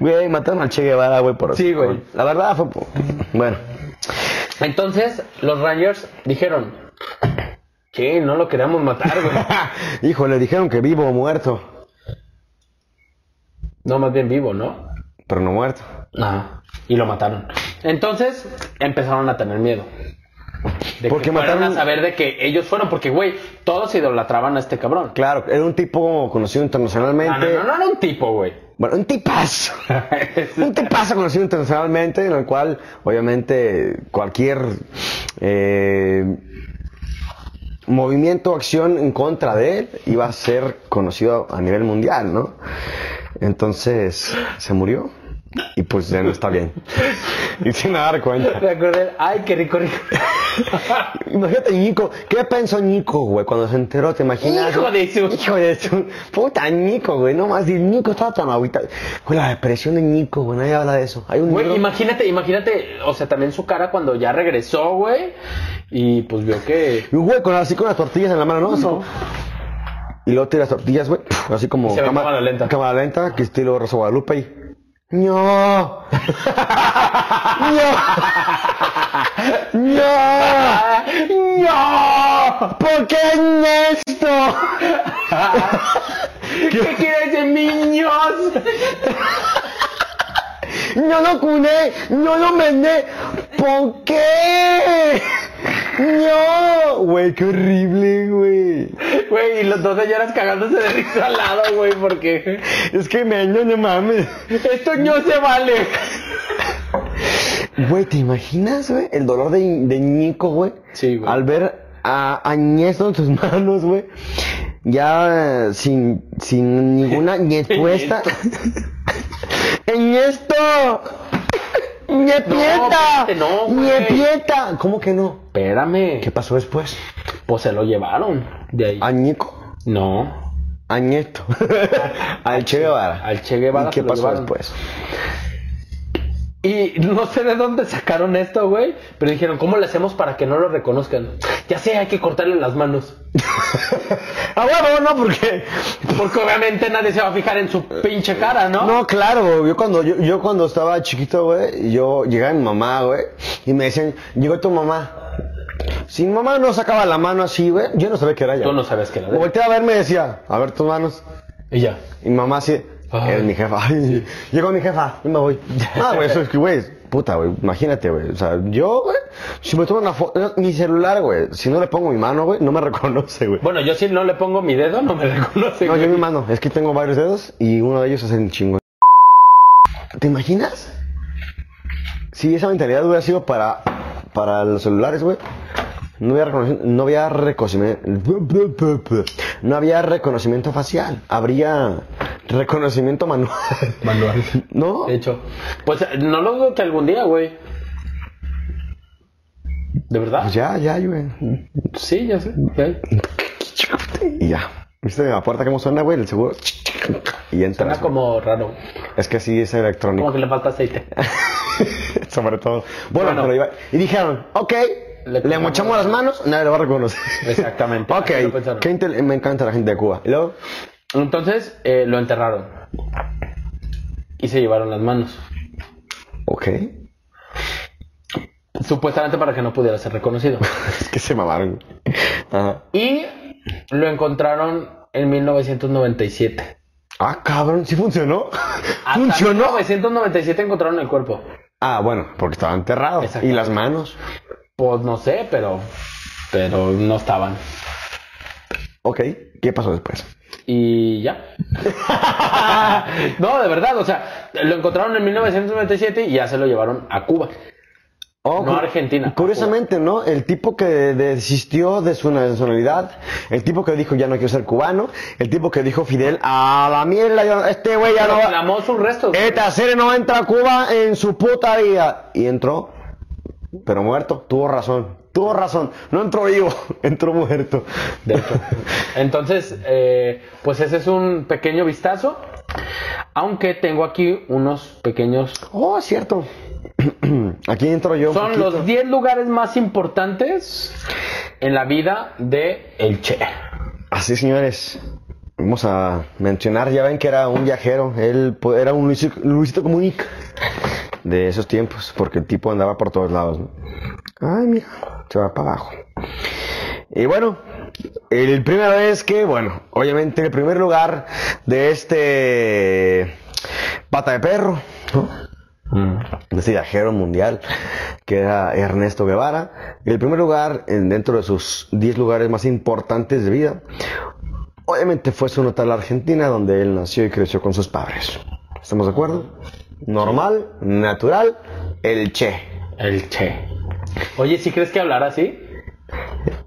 [SPEAKER 2] Güey, mataron al Che Guevara, güey, por
[SPEAKER 1] Sí, güey.
[SPEAKER 2] por- La verdad fue. por- Bueno.
[SPEAKER 1] Entonces, los Rangers dijeron, que no lo queremos matar, güey.
[SPEAKER 2] Hijo, le dijeron que vivo o muerto.
[SPEAKER 1] No, más bien vivo, ¿no?
[SPEAKER 2] Pero no muerto.
[SPEAKER 1] No. Y lo mataron. Entonces, empezaron a tener miedo. De
[SPEAKER 2] Porque
[SPEAKER 1] que fueran
[SPEAKER 2] mataron-
[SPEAKER 1] a saber de que ellos fueron, porque, güey, todos idolatraban a este cabrón. Ah,
[SPEAKER 2] Claro, era un tipo conocido
[SPEAKER 1] No,
[SPEAKER 2] internacionalmente.
[SPEAKER 1] no, no, no era un tipo, güey.
[SPEAKER 2] Bueno, un tipazo. un tipazo conocido internacionalmente, en el cual, obviamente, cualquier eh, movimiento o acción en contra de él iba a ser conocido a nivel mundial, ¿no? Entonces, se murió. Y pues ya no está bien. Y sin dar cuenta.
[SPEAKER 1] Me acordé, ay, qué rico, rico.
[SPEAKER 2] Imagínate, Nico. ¿Qué pensó Nico, güey, cuando se enteró? ¿Te imaginas?
[SPEAKER 1] Hijo de su-
[SPEAKER 2] Hijo de su... Puta, Nico, güey. No más. y Nico estaba tan agüita. Güey, la depresión de Nico, güey. Nadie habla de eso. Hay un
[SPEAKER 1] Güey,
[SPEAKER 2] libro-
[SPEAKER 1] imagínate, imagínate, o sea, también su cara cuando ya regresó, güey, y pues vio que
[SPEAKER 2] Y un güey, con, así con las tortillas en la mano, ¿no? Así como- Y luego tira las tortillas, güey. puf, Así como...
[SPEAKER 1] se ve en cámara lenta.
[SPEAKER 2] Cámara lenta, que estilo Rosa Guadalupe y... ¡No! ¡No! ¡No!
[SPEAKER 1] ¡No!
[SPEAKER 2] ¿Por qué en esto?
[SPEAKER 1] ¿Qué quieres de mí, ños?
[SPEAKER 2] No lo cuné, no lo vendé. ¿Por qué? No, güey, qué horrible, güey.
[SPEAKER 1] Güey, y los dos señoras cagándose de risa al lado, güey, porque
[SPEAKER 2] Es que me no, no mames.
[SPEAKER 1] esto no se vale.
[SPEAKER 2] Güey, ¿te imaginas, güey? El dolor de, de Nico, güey.
[SPEAKER 1] Sí, güey.
[SPEAKER 2] Al ver a Añesto en tus manos, güey. Ya eh, sin, sin ninguna ñepuesta. ¡Añesto! ¡Ñepieta!
[SPEAKER 1] espérate, pues no, güey.
[SPEAKER 2] ¡Ñepieta! ¿Cómo que no?
[SPEAKER 1] Espérame,
[SPEAKER 2] ¿Qué Ah. pasó después?
[SPEAKER 1] pues se lo llevaron de ahí.
[SPEAKER 2] ¿A Nico?
[SPEAKER 1] No,
[SPEAKER 2] A Nieto. Al Che Guevara.
[SPEAKER 1] al Che Guevara
[SPEAKER 2] ¿Y qué
[SPEAKER 1] se lo
[SPEAKER 2] pasó
[SPEAKER 1] llevaron.
[SPEAKER 2] después?
[SPEAKER 1] Y no sé de dónde sacaron esto, güey, pero dijeron, ¿cómo le hacemos para que no lo reconozcan? Ya sé, hay que cortarle las manos.
[SPEAKER 2] Ah, bueno, no, porque.
[SPEAKER 1] Porque obviamente nadie se va a fijar en su pinche cara, ¿no?
[SPEAKER 2] No, claro, yo cuando, yo, yo cuando estaba chiquito, güey, yo llegaba mi mamá, güey, y me decían, llegó tu mamá. Si mi mamá no sacaba la mano así, güey, yo no sabía que era ella.
[SPEAKER 1] Tú no sabes que la de.
[SPEAKER 2] Volteaba a verme y decía, a ver tus manos.
[SPEAKER 1] Y ya.
[SPEAKER 2] Y mi mamá así,
[SPEAKER 1] Ay.
[SPEAKER 2] es mi jefa. Ay, Llegó mi jefa, y me voy. Ah, güey, eso es que, güey, puta, güey, imagínate, güey. O sea, yo, güey, si me tomo una foto, mi celular, güey, si no le pongo mi mano, güey, no me reconoce, güey.
[SPEAKER 1] Bueno, yo si no le pongo mi dedo, no me reconoce.
[SPEAKER 2] No,
[SPEAKER 1] güey.
[SPEAKER 2] yo mi mano, es que tengo varios dedos y uno de ellos es el chingo. ¿Te imaginas? Si esa mentalidad hubiera sido para, para los celulares, güey. No había, reconoci- no había reconocimiento. No había reconocimiento facial. Habría reconocimiento manual.
[SPEAKER 1] Manual.
[SPEAKER 2] ¿No?
[SPEAKER 1] De hecho. Pues eh, no lo dudo que algún día, güey. ¿De verdad?
[SPEAKER 2] Pues ya, ya, güey.
[SPEAKER 1] Sí, ya sé. ya.
[SPEAKER 2] Y ya. ¿Viste la puerta cómo suena, güey? El seguro. Y
[SPEAKER 1] Suena
[SPEAKER 2] entra.
[SPEAKER 1] como raro.
[SPEAKER 2] Es que así es electrónico.
[SPEAKER 1] Como que le falta aceite.
[SPEAKER 2] Sobre todo. Bueno,
[SPEAKER 1] Bueno.
[SPEAKER 2] pero iba- Y dijeron, ok,
[SPEAKER 1] Le
[SPEAKER 2] le,
[SPEAKER 1] cortamos
[SPEAKER 2] mochamos las manos, nadie lo va a reconocer.
[SPEAKER 1] Exactamente,
[SPEAKER 2] ok,
[SPEAKER 1] así lo pensaron.
[SPEAKER 2] qué intel- me encanta la gente de Cuba. Y luego,
[SPEAKER 1] Entonces eh, lo enterraron. Y se llevaron las manos.
[SPEAKER 2] ok,
[SPEAKER 1] Supuestamente para que no pudiera ser reconocido.
[SPEAKER 2] es que se mamaron. Ajá.
[SPEAKER 1] Y lo encontraron en 1997.
[SPEAKER 2] Ah, cabrón, sí funcionó.
[SPEAKER 1] Hasta
[SPEAKER 2] ¿Funcionó?
[SPEAKER 1] 1997 encontraron el cuerpo.
[SPEAKER 2] Ah, bueno, porque estaba enterrado.
[SPEAKER 1] Exacto.
[SPEAKER 2] Y las manos.
[SPEAKER 1] Pues no sé, pero. Pero no estaban.
[SPEAKER 2] Ok, ¿qué pasó después?
[SPEAKER 1] Y ya. no, de verdad, o sea, lo encontraron en 1997 y ya se lo llevaron a Cuba.
[SPEAKER 2] Oh,
[SPEAKER 1] no
[SPEAKER 2] cu-
[SPEAKER 1] Argentina.
[SPEAKER 2] Curiosamente, ¿no? El tipo que desistió de su nacionalidad, el tipo que dijo ya no quiero ser cubano, el tipo que dijo Fidel, a la mierda, yo- este güey ya no va,
[SPEAKER 1] Reclamó sus restos. güey.
[SPEAKER 2] esta serie no entra a Cuba en su puta vida. Y entró, pero muerto, tuvo razón, tuvo razón, no entró vivo, entró muerto.
[SPEAKER 1] De hecho. Entonces, eh, pues ese es un pequeño vistazo. Aunque tengo aquí unos pequeños.
[SPEAKER 2] Oh, es cierto. Aquí entro yo. un
[SPEAKER 1] Son
[SPEAKER 2] poquito.
[SPEAKER 1] los 10 lugares más importantes en la vida de El Che.
[SPEAKER 2] Así, señores. Vamos a mencionar, ya ven que era un viajero, él pu- era un Luisito, Luisito Comunica de esos tiempos, porque el tipo andaba por todos lados. ¿no? Ay, mira, se va para abajo. Y bueno, el primero es que, bueno, obviamente el primer lugar de este pata de perro, ¿no? de este viajero mundial, que era Ernesto Guevara. El primer lugar, en- dentro de sus 10 lugares más importantes de vida, obviamente fue su natal Argentina, donde él nació y creció con sus padres. ¿Estamos de acuerdo? Normal, natural, el che.
[SPEAKER 1] El Che. Oye, ¿sí crees que hablar así?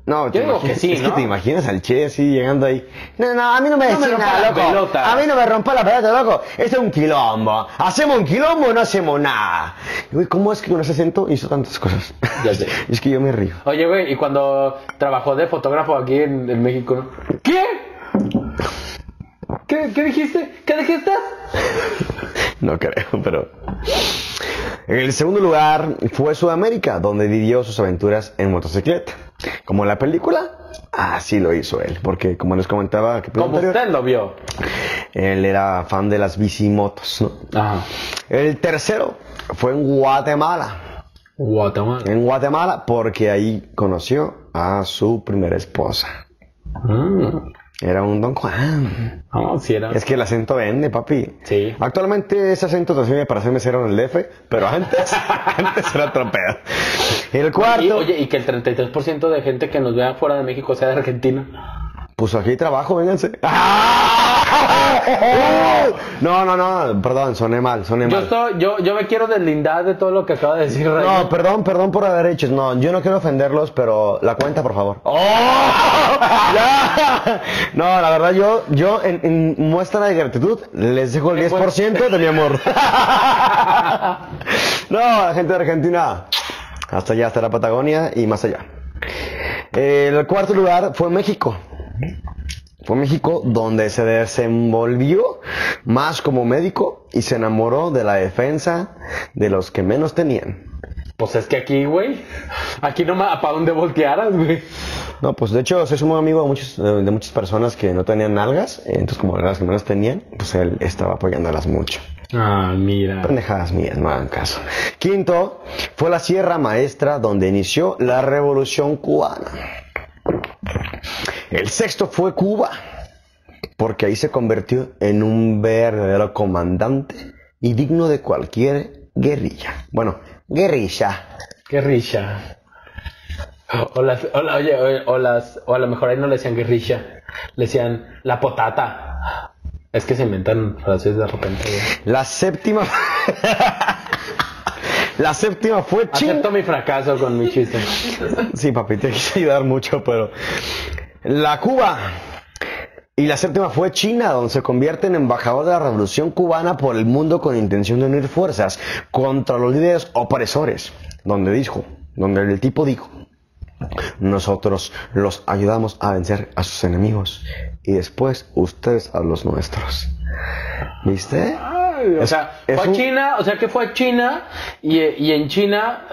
[SPEAKER 2] No,
[SPEAKER 1] Yo digo que sí,
[SPEAKER 2] es
[SPEAKER 1] ¿no?
[SPEAKER 2] que te imaginas al che así llegando ahí. No, no, a mí no me
[SPEAKER 1] No me
[SPEAKER 2] decís
[SPEAKER 1] rompa
[SPEAKER 2] nada,
[SPEAKER 1] la
[SPEAKER 2] loco.
[SPEAKER 1] pelota.
[SPEAKER 2] A mí no me rompa la pelota, loco. Esto es un quilombo. Hacemos un quilombo o no hacemos nada. Y, güey, ¿cómo es que con ese acento hizo tantas cosas?
[SPEAKER 1] Ya sé.
[SPEAKER 2] Y es que yo me río.
[SPEAKER 1] Oye, güey, y cuando trabajó de fotógrafo aquí en, en México, ¿no? ¿qué? ¿Qué, qué dijiste? ¿Qué dijiste?
[SPEAKER 2] No creo, pero. En el segundo lugar fue Sudamérica, donde vivió sus aventuras en motocicleta. Como en la película, así lo hizo él. Porque, como les comentaba, que
[SPEAKER 1] Como usted lo vio.
[SPEAKER 2] él era fan de las bicimotos. ¿no?
[SPEAKER 1] Ajá.
[SPEAKER 2] El tercero fue en Guatemala.
[SPEAKER 1] Guatemala.
[SPEAKER 2] En Guatemala, porque ahí conoció a su primera esposa.
[SPEAKER 1] Mm.
[SPEAKER 2] Era un Don Juan.
[SPEAKER 1] No, sí era.
[SPEAKER 2] Es que el acento vende, papi.
[SPEAKER 1] Sí.
[SPEAKER 2] Actualmente ese acento te sirve para ser mesero en el DF, pero antes, antes era otro pedo. El
[SPEAKER 1] Y,
[SPEAKER 2] cuarto,
[SPEAKER 1] oye, y que el 33% de gente que nos vea fuera de México sea de Argentina.
[SPEAKER 2] pues aquí hay trabajo, vénganse. No, no, no, perdón, soné mal, soné
[SPEAKER 1] Yo,
[SPEAKER 2] mal.
[SPEAKER 1] estoy, yo, yo me quiero deslindar de todo lo que acaba de decir Ray.
[SPEAKER 2] No, perdón, perdón por haber hecho. No, yo no quiero ofenderlos, pero la cuenta, por favor. Ya. No, la verdad, yo, yo en, en muestra de gratitud les dejo el 10% de mi amor. No, gente de Argentina. Hasta allá, hasta la Patagonia y más allá. Eh, El cuarto lugar fue México. Fue México donde se desenvolvió más como médico y se enamoró de la defensa de los que menos tenían.
[SPEAKER 1] Pues es que aquí, güey. Aquí no más, ¿para dónde voltearas, güey?
[SPEAKER 2] No, pues de hecho, soy muy amigo de, muchos, eh, de, de muchas personas que no tenían nalgas. eh, Entonces, como eran las que menos tenían, pues él estaba apoyándolas mucho.
[SPEAKER 1] Ah, mira.
[SPEAKER 2] Pendejadas mías, no hagan caso. Quinto, fue la Sierra Maestra donde inició la Revolución Cubana. El sexto fue Cuba, porque ahí se convirtió en un verdadero comandante y digno de cualquier guerrilla. Bueno, guerrilla.
[SPEAKER 1] Qué richa. O las, o la- oye, oye, o las, o a lo mejor ahí no le decían guerrilla, le decían la potata. Es que se inventan frases de repente. güey.
[SPEAKER 2] La séptima. la séptima fue China.
[SPEAKER 1] Acepto mi fracaso con mi chiste.
[SPEAKER 2] Sí, papi, te quise ayudar mucho, pero. La Cuba. Y la séptima fue China, donde se convierte en embajador de la revolución cubana por el mundo con intención de unir fuerzas contra los líderes opresores. Donde dijo, donde el tipo dijo, nosotros los ayudamos a vencer a sus enemigos y después ustedes a los nuestros. ¿Viste?
[SPEAKER 1] Ay, o
[SPEAKER 2] Es-
[SPEAKER 1] sea,
[SPEAKER 2] es
[SPEAKER 1] fue a
[SPEAKER 2] un-
[SPEAKER 1] China, o sea que fue a China y, y en China,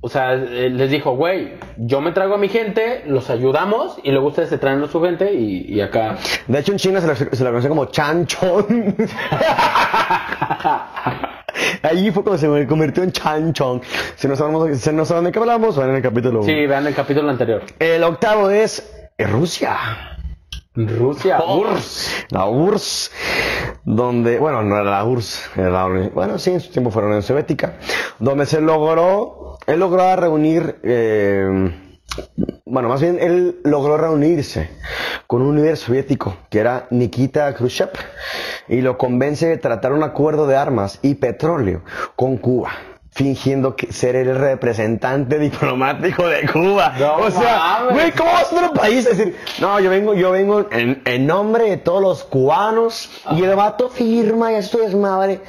[SPEAKER 1] o sea, eh, les dijo, güey, yo me traigo a mi gente, los ayudamos y luego ustedes se traen a su gente y, y acá.
[SPEAKER 2] De hecho, en China se la, se la conoce como chanchón. Allí fue cuando se convirtió en chanchón. Si no sabemos, si no saben de qué hablamos, van en el capítulo uno.
[SPEAKER 1] Sí, vean el capítulo anterior.
[SPEAKER 2] El octavo es Rusia.
[SPEAKER 1] Rusia, URSS.
[SPEAKER 2] La URSS, donde, bueno, no era la URSS, era la Unión- bueno, sí, en su tiempo fue la Unión Soviética, donde se logró, él logró reunir, eh, bueno, más bien él logró reunirse con un líder soviético que era Nikita Khrushchev y lo convence de tratar un acuerdo de armas y petróleo con Cuba. fingiendo que ser el representante diplomático de Cuba.
[SPEAKER 1] No
[SPEAKER 2] o sea,
[SPEAKER 1] mames.
[SPEAKER 2] güey, ¿cómo vas a otro país a decir, no, yo vengo, yo vengo en, en nombre de todos los cubanos y el vato firma y esto es madre.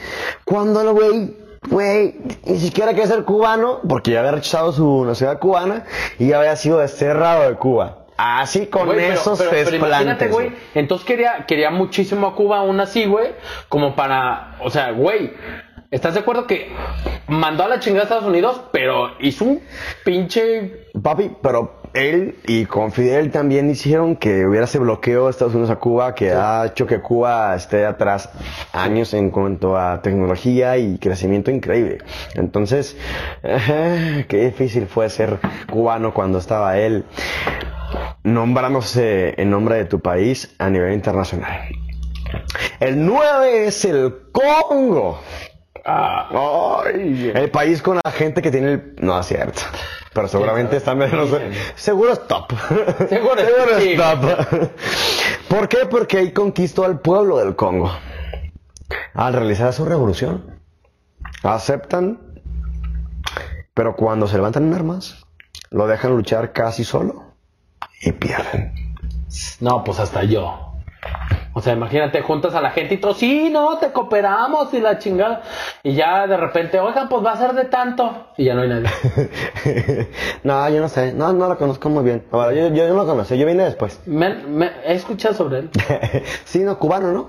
[SPEAKER 2] Cuando el güey, güey, ni siquiera quiere ser cubano porque ya había rechazado su nacionalidad cubana y ya había sido desterrado de Cuba. Así con
[SPEAKER 1] Güey, pero-
[SPEAKER 2] esos
[SPEAKER 1] pero- pero imagínate,
[SPEAKER 2] desplantes,
[SPEAKER 1] güey. Entonces quería, quería muchísimo a Cuba aún así, güey. Como para. O sea, güey. ¿Estás de acuerdo que mandó a la chingada a Estados Unidos, pero hizo un pinche.
[SPEAKER 2] Papi, pero él y con Fidel también hicieron que hubiera ese bloqueo de Estados Unidos a Cuba, que ha hecho que Cuba esté atrás años en cuanto a tecnología y crecimiento increíble. Entonces, qué difícil fue ser cubano cuando estaba él nombrándose en nombre de tu país a nivel internacional. El 9 es el Congo.
[SPEAKER 1] ah,
[SPEAKER 2] Ay, el país con la gente que tiene el... No, es cierto. Pero seguramente está menos... Seguro es top.
[SPEAKER 1] Seguro es- sí.
[SPEAKER 2] top. ¿Por qué? Porque él conquistó al pueblo del Congo. Al realizar su revolución. Aceptan. Pero cuando se levantan en armas, lo dejan luchar casi solo. Y pierden.
[SPEAKER 1] no, pues hasta yo. O sea, imagínate, juntas a la gente y todo, sí, no, te cooperamos y la chingada. Y ya de repente, oigan, pues va a ser de tanto. Y ya no hay nadie.
[SPEAKER 2] no, yo no sé. No, no lo conozco muy bien. Ahora, yo, yo no lo conocí. Yo vine después.
[SPEAKER 1] Me, me- he escuchado sobre él.
[SPEAKER 2] sí, no, cubano, ¿no?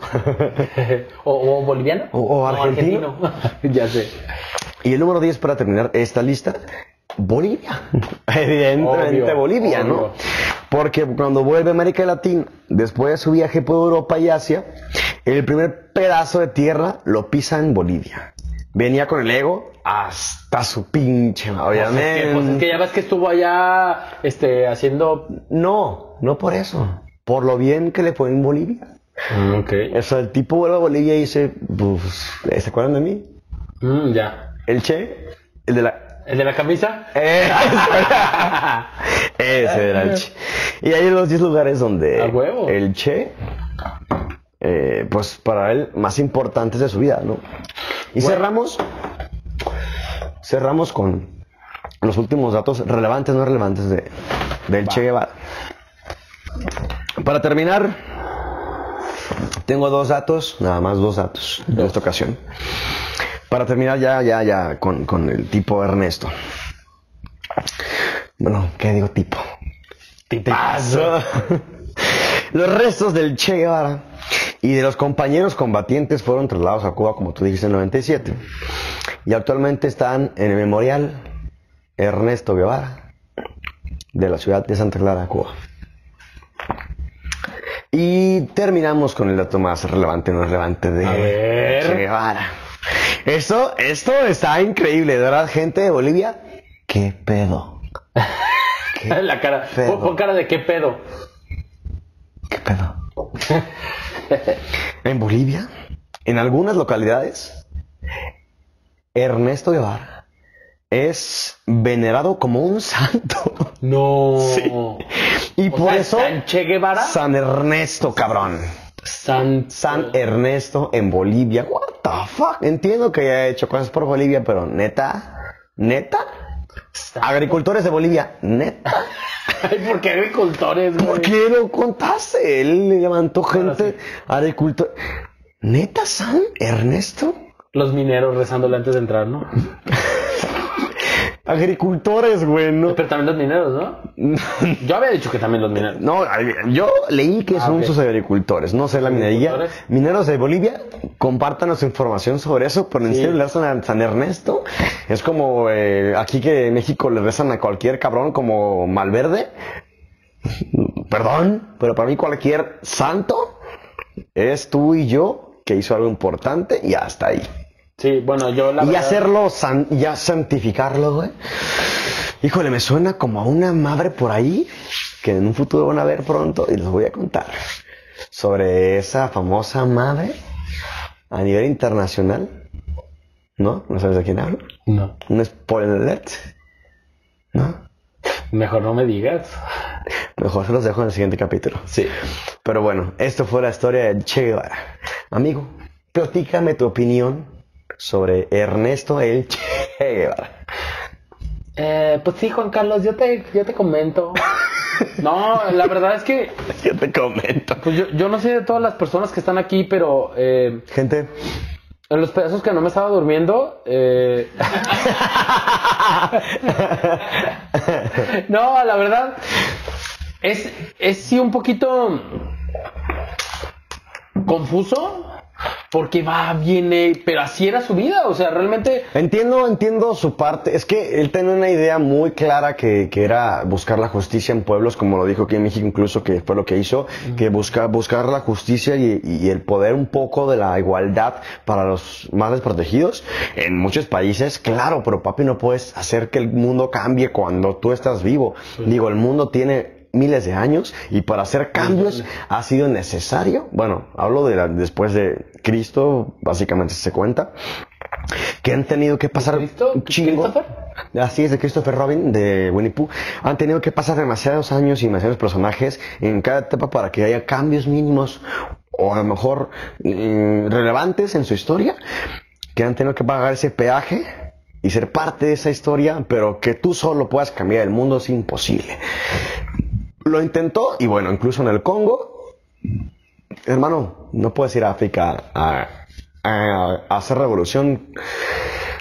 [SPEAKER 1] o, o boliviano.
[SPEAKER 2] O- o argentino.
[SPEAKER 1] argentino. ya sé.
[SPEAKER 2] Y el número 10 para terminar esta lista, Bolivia. Evidentemente
[SPEAKER 1] Obvio,
[SPEAKER 2] Bolivia,
[SPEAKER 1] obvio.
[SPEAKER 2] ¿no? Porque cuando vuelve a América Latina, después de su viaje por Europa y Asia, el primer pedazo de tierra lo pisa en Bolivia. Venía con el ego hasta su pinche, madre,
[SPEAKER 1] Pues es, que, pues es
[SPEAKER 2] obviamente.
[SPEAKER 1] que ya ves que estuvo allá este, haciendo.
[SPEAKER 2] No, no por eso. Por lo bien que le fue en Bolivia. Mm,
[SPEAKER 1] ok.
[SPEAKER 2] O sea, el tipo vuelve a Bolivia y dice, "Pues, ¿se acuerdan de mí?
[SPEAKER 1] Mm, ya.
[SPEAKER 2] El Che, el de la...
[SPEAKER 1] ¿El de la camisa?
[SPEAKER 2] Eh, Ese era el Che. Y hay los 10 lugares donde
[SPEAKER 1] A huevo.
[SPEAKER 2] el Che, eh, pues para él, más importantes de su vida, ¿no? Y cerramos, cerramos con los últimos datos relevantes, no relevantes de, del Che Guevara. Para terminar, tengo dos datos, nada más dos datos en esta ocasión. Para terminar ya, ya, ya con, con el tipo Ernesto. Bueno, ¿qué digo tipo? Tipazo. Los restos del Che Guevara y de los compañeros combatientes fueron trasladados a Cuba, como tú dijiste, en el 97. Y actualmente están en el memorial Ernesto Guevara de la ciudad de Santa Clara, Cuba. Y terminamos con el dato más relevante, no relevante de
[SPEAKER 1] A ver.
[SPEAKER 2] Che Guevara. Esto, esto está increíble, de verdad, gente de Bolivia. ¿Qué pedo? ¿Qué,
[SPEAKER 1] la cara.
[SPEAKER 2] pedo.
[SPEAKER 1] Pon, pon cara de qué pedo.
[SPEAKER 2] qué pedo? en Bolivia, en algunas localidades, Ernesto Guevara es venerado como un santo.
[SPEAKER 1] No.
[SPEAKER 2] Y
[SPEAKER 1] O
[SPEAKER 2] por
[SPEAKER 1] sea,
[SPEAKER 2] eso,
[SPEAKER 1] San Che Guevara. San.
[SPEAKER 2] San Ernesto, cabrón.
[SPEAKER 1] Mm.
[SPEAKER 2] San Ernesto en Bolivia. What the fuck? Entiendo que haya hecho cosas por Bolivia, pero neta, neta.
[SPEAKER 1] San-
[SPEAKER 2] Agricultores de Bolivia, neta.
[SPEAKER 1] Ay, ¿por qué agricultores, güey?
[SPEAKER 2] ¿Por qué no contaste? Él le levantó gente
[SPEAKER 1] sí.
[SPEAKER 2] agricultor. ¿Neta San Ernesto?
[SPEAKER 1] Los mineros rezándole antes de entrar, ¿no?
[SPEAKER 2] Agricultores, güey, no.
[SPEAKER 1] Pero también los mineros, ¿no? Yo había dicho que también los mineros.
[SPEAKER 2] No, yo leí que son
[SPEAKER 1] Ah, ok.
[SPEAKER 2] sus agricultores, no sé la minería.
[SPEAKER 1] Agricultores.
[SPEAKER 2] Mineros de Bolivia, compártanos información sobre eso, por en
[SPEAKER 1] Sí.
[SPEAKER 2] serio le rezan a San Ernesto. Es como eh, aquí que en México le rezan a cualquier cabrón como Malverde. Perdón, pero para mí cualquier santo es tú y yo que hizo algo importante y hasta ahí.
[SPEAKER 1] Sí, bueno, yo la
[SPEAKER 2] y
[SPEAKER 1] verdad-
[SPEAKER 2] hacerlo, san- ya santificarlo, güey. Híjole, me suena como a una madre por ahí que en un futuro van a ver pronto y les voy a contar sobre esa famosa madre a nivel internacional. ¿No? ¿No sabes de quién hablo?
[SPEAKER 1] No.
[SPEAKER 2] Un spoiler alert. ¿No?
[SPEAKER 1] Mejor no me digas.
[SPEAKER 2] Mejor se los dejo en el siguiente capítulo.
[SPEAKER 1] Sí.
[SPEAKER 2] Pero bueno, esto fue la historia de Che Guevara. Amigo, platícame tu opinión sobre Ernesto el Che Guevara.
[SPEAKER 1] Eh, pues sí, Juan Carlos, yo te, yo te comento. No, la verdad es que
[SPEAKER 2] Yo te comento.
[SPEAKER 1] pues yo, yo no sé de todas las personas que están aquí, pero eh,
[SPEAKER 2] Gente,
[SPEAKER 1] en los pedazos que no me estaba durmiendo, eh, no, la verdad es, es sí un poquito confuso porque va, viene, pero así era su vida, o sea, realmente
[SPEAKER 2] Entiendo, entiendo su parte. Es que él tenía una idea muy clara que, que era buscar la justicia en pueblos, como lo dijo aquí en México, incluso que fue lo que hizo, que busca, buscar la justicia y, y el poder un poco de la igualdad para los más desprotegidos. En muchos países, claro, pero papi, no puedes hacer que el mundo cambie cuando tú estás vivo. Digo, el mundo tiene miles de años y para hacer cambios ha sido necesario. Bueno, hablo de la- después de Cristo, básicamente se cuenta que han tenido que pasar
[SPEAKER 1] Cristo?
[SPEAKER 2] un chingo.
[SPEAKER 1] ¿Christopher?
[SPEAKER 2] Así es, de Christopher Robin, de Winnie Pooh. Han tenido que pasar demasiados años y demasiados personajes en cada etapa para que haya cambios mínimos o a lo mejor mm, relevantes en su historia, que han tenido que pagar ese peaje y ser parte de esa historia, pero que tú solo puedas cambiar el mundo es imposible. Lo intentó y bueno, incluso en el Congo hermano, no puedes ir a África a, a- a hacer revolución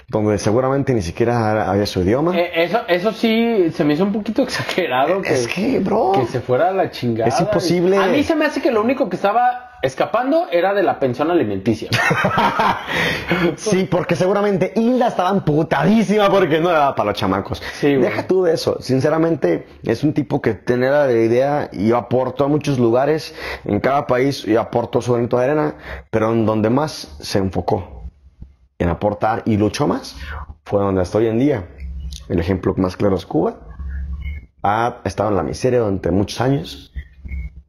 [SPEAKER 2] donde seguramente ni siquiera había su idioma.
[SPEAKER 1] eh, eso, eso sí se me hizo un poquito exagerado. que-
[SPEAKER 2] es que, bro,
[SPEAKER 1] Que se fuera a la chingada.
[SPEAKER 2] Es imposible.
[SPEAKER 1] A mí se me hace que lo único que estaba escapando era de la pensión alimenticia.
[SPEAKER 2] sí, porque seguramente Hilda estaba amputadísima porque no le daba para los chamacos.
[SPEAKER 1] Sí, güey.
[SPEAKER 2] Deja tú de eso. Sinceramente, es un tipo que tenía la idea y aportó a muchos lugares en cada país y aportó su granito de arena, pero en donde más se enfocó en aportar y luchó más fue donde hasta hoy en día. El ejemplo más claro es Cuba. Ha estado en la miseria durante muchos años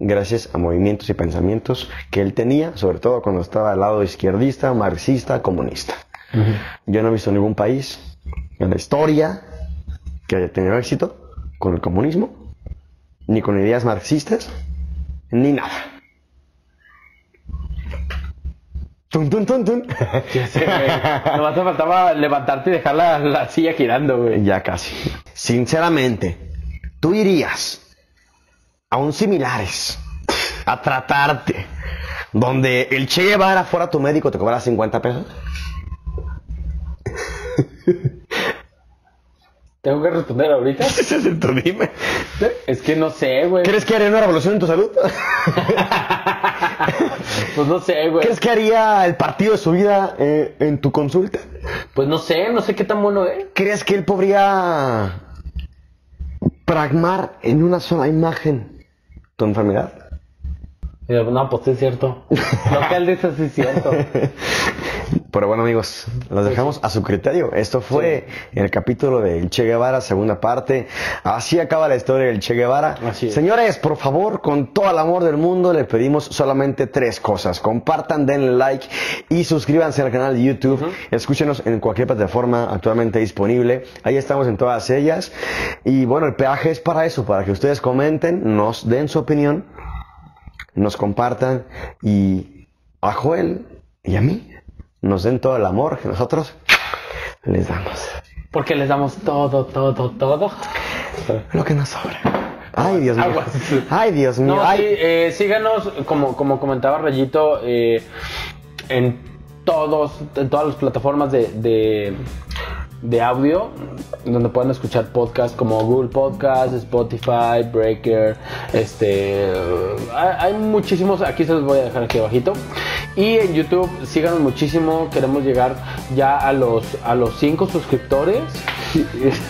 [SPEAKER 2] gracias a movimientos y pensamientos que él tenía, sobre todo cuando estaba al lado izquierdista, marxista, comunista. Yo no he visto ningún país en la historia que haya tenido éxito con el comunismo, ni con ideas marxistas, ni nada. Tun, tun, tun, tun.
[SPEAKER 1] Ya sé, güey. Nomás te faltaba levantarte y dejar la, la silla girando, güey.
[SPEAKER 2] ya casi. Sinceramente, tú irías a un similares a tratarte donde el Che Guevara fuera tu médico te cobrara 50 pesos.
[SPEAKER 1] Tengo que responder ahorita.
[SPEAKER 2] Ese es el tú dime.
[SPEAKER 1] Es que no sé, güey.
[SPEAKER 2] ¿Crees que haría una revolución en tu salud?
[SPEAKER 1] Pues no sé, güey.
[SPEAKER 2] ¿Crees que haría el partido de su vida eh, en tu consulta?
[SPEAKER 1] Pues no sé, no sé qué tan bueno ¿eh? es.
[SPEAKER 2] ¿Crees que él podría pragmar en una sola imagen tu enfermedad?
[SPEAKER 1] Mira, No, pues sí es cierto. Lo que él dice sí es cierto.
[SPEAKER 2] Pero bueno, amigos,
[SPEAKER 1] Pues
[SPEAKER 2] los dejamos a su criterio. Esto fue el capítulo del Che Guevara, segunda parte. Así acaba la historia del Che Guevara.
[SPEAKER 1] Así es.
[SPEAKER 2] Señores, por favor, con todo el amor del mundo, le pedimos solamente tres cosas. Compartan, denle like y suscríbanse al canal de YouTube. Escúchenos en cualquier plataforma actualmente disponible. Ahí estamos en todas ellas. Y bueno, el peaje es para eso, para que ustedes comenten, nos den su opinión, nos compartan y a Joel y a mí nos den todo el amor que nosotros les damos.
[SPEAKER 1] Porque les damos todo, todo, todo.
[SPEAKER 2] Lo que nos sobra. Ay, Dios mío.
[SPEAKER 1] Aguas.
[SPEAKER 2] Ay, Dios mío.
[SPEAKER 1] No, sí,
[SPEAKER 2] Ay,
[SPEAKER 1] eh, síganos, como, como comentaba Rayito, eh, en todos, en todas las plataformas de, de, de audio, donde pueden escuchar podcasts como Google Podcast, Spotify, Breaker, este eh, hay, hay muchísimos, aquí se los voy a dejar aquí abajito. Y en YouTube, síganos muchísimo, queremos llegar ya a los a los 5 suscriptores.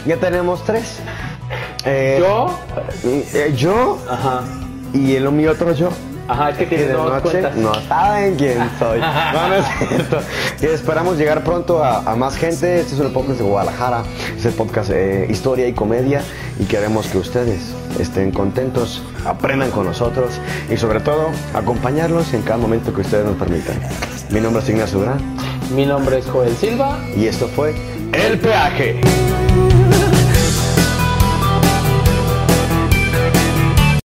[SPEAKER 2] ya tenemos tres. Eh,
[SPEAKER 1] Yo,
[SPEAKER 2] eh, yo
[SPEAKER 1] ajá,
[SPEAKER 2] y el mío otro yo.
[SPEAKER 1] ajá, es que
[SPEAKER 2] Que
[SPEAKER 1] tiene
[SPEAKER 2] de
[SPEAKER 1] dos
[SPEAKER 2] noche
[SPEAKER 1] cuentas.
[SPEAKER 2] no saben quién soy. No, no es cierto. Y esperamos llegar pronto a, a más gente. Este es el podcast de Guadalajara. Es el podcast de historia y comedia. Y queremos que ustedes estén contentos, aprendan con nosotros y sobre todo acompañarlos en cada momento que ustedes nos permitan. Mi nombre es Ignacio Durán
[SPEAKER 1] Mi nombre es Joel Silva.
[SPEAKER 2] y esto fue El Peaje.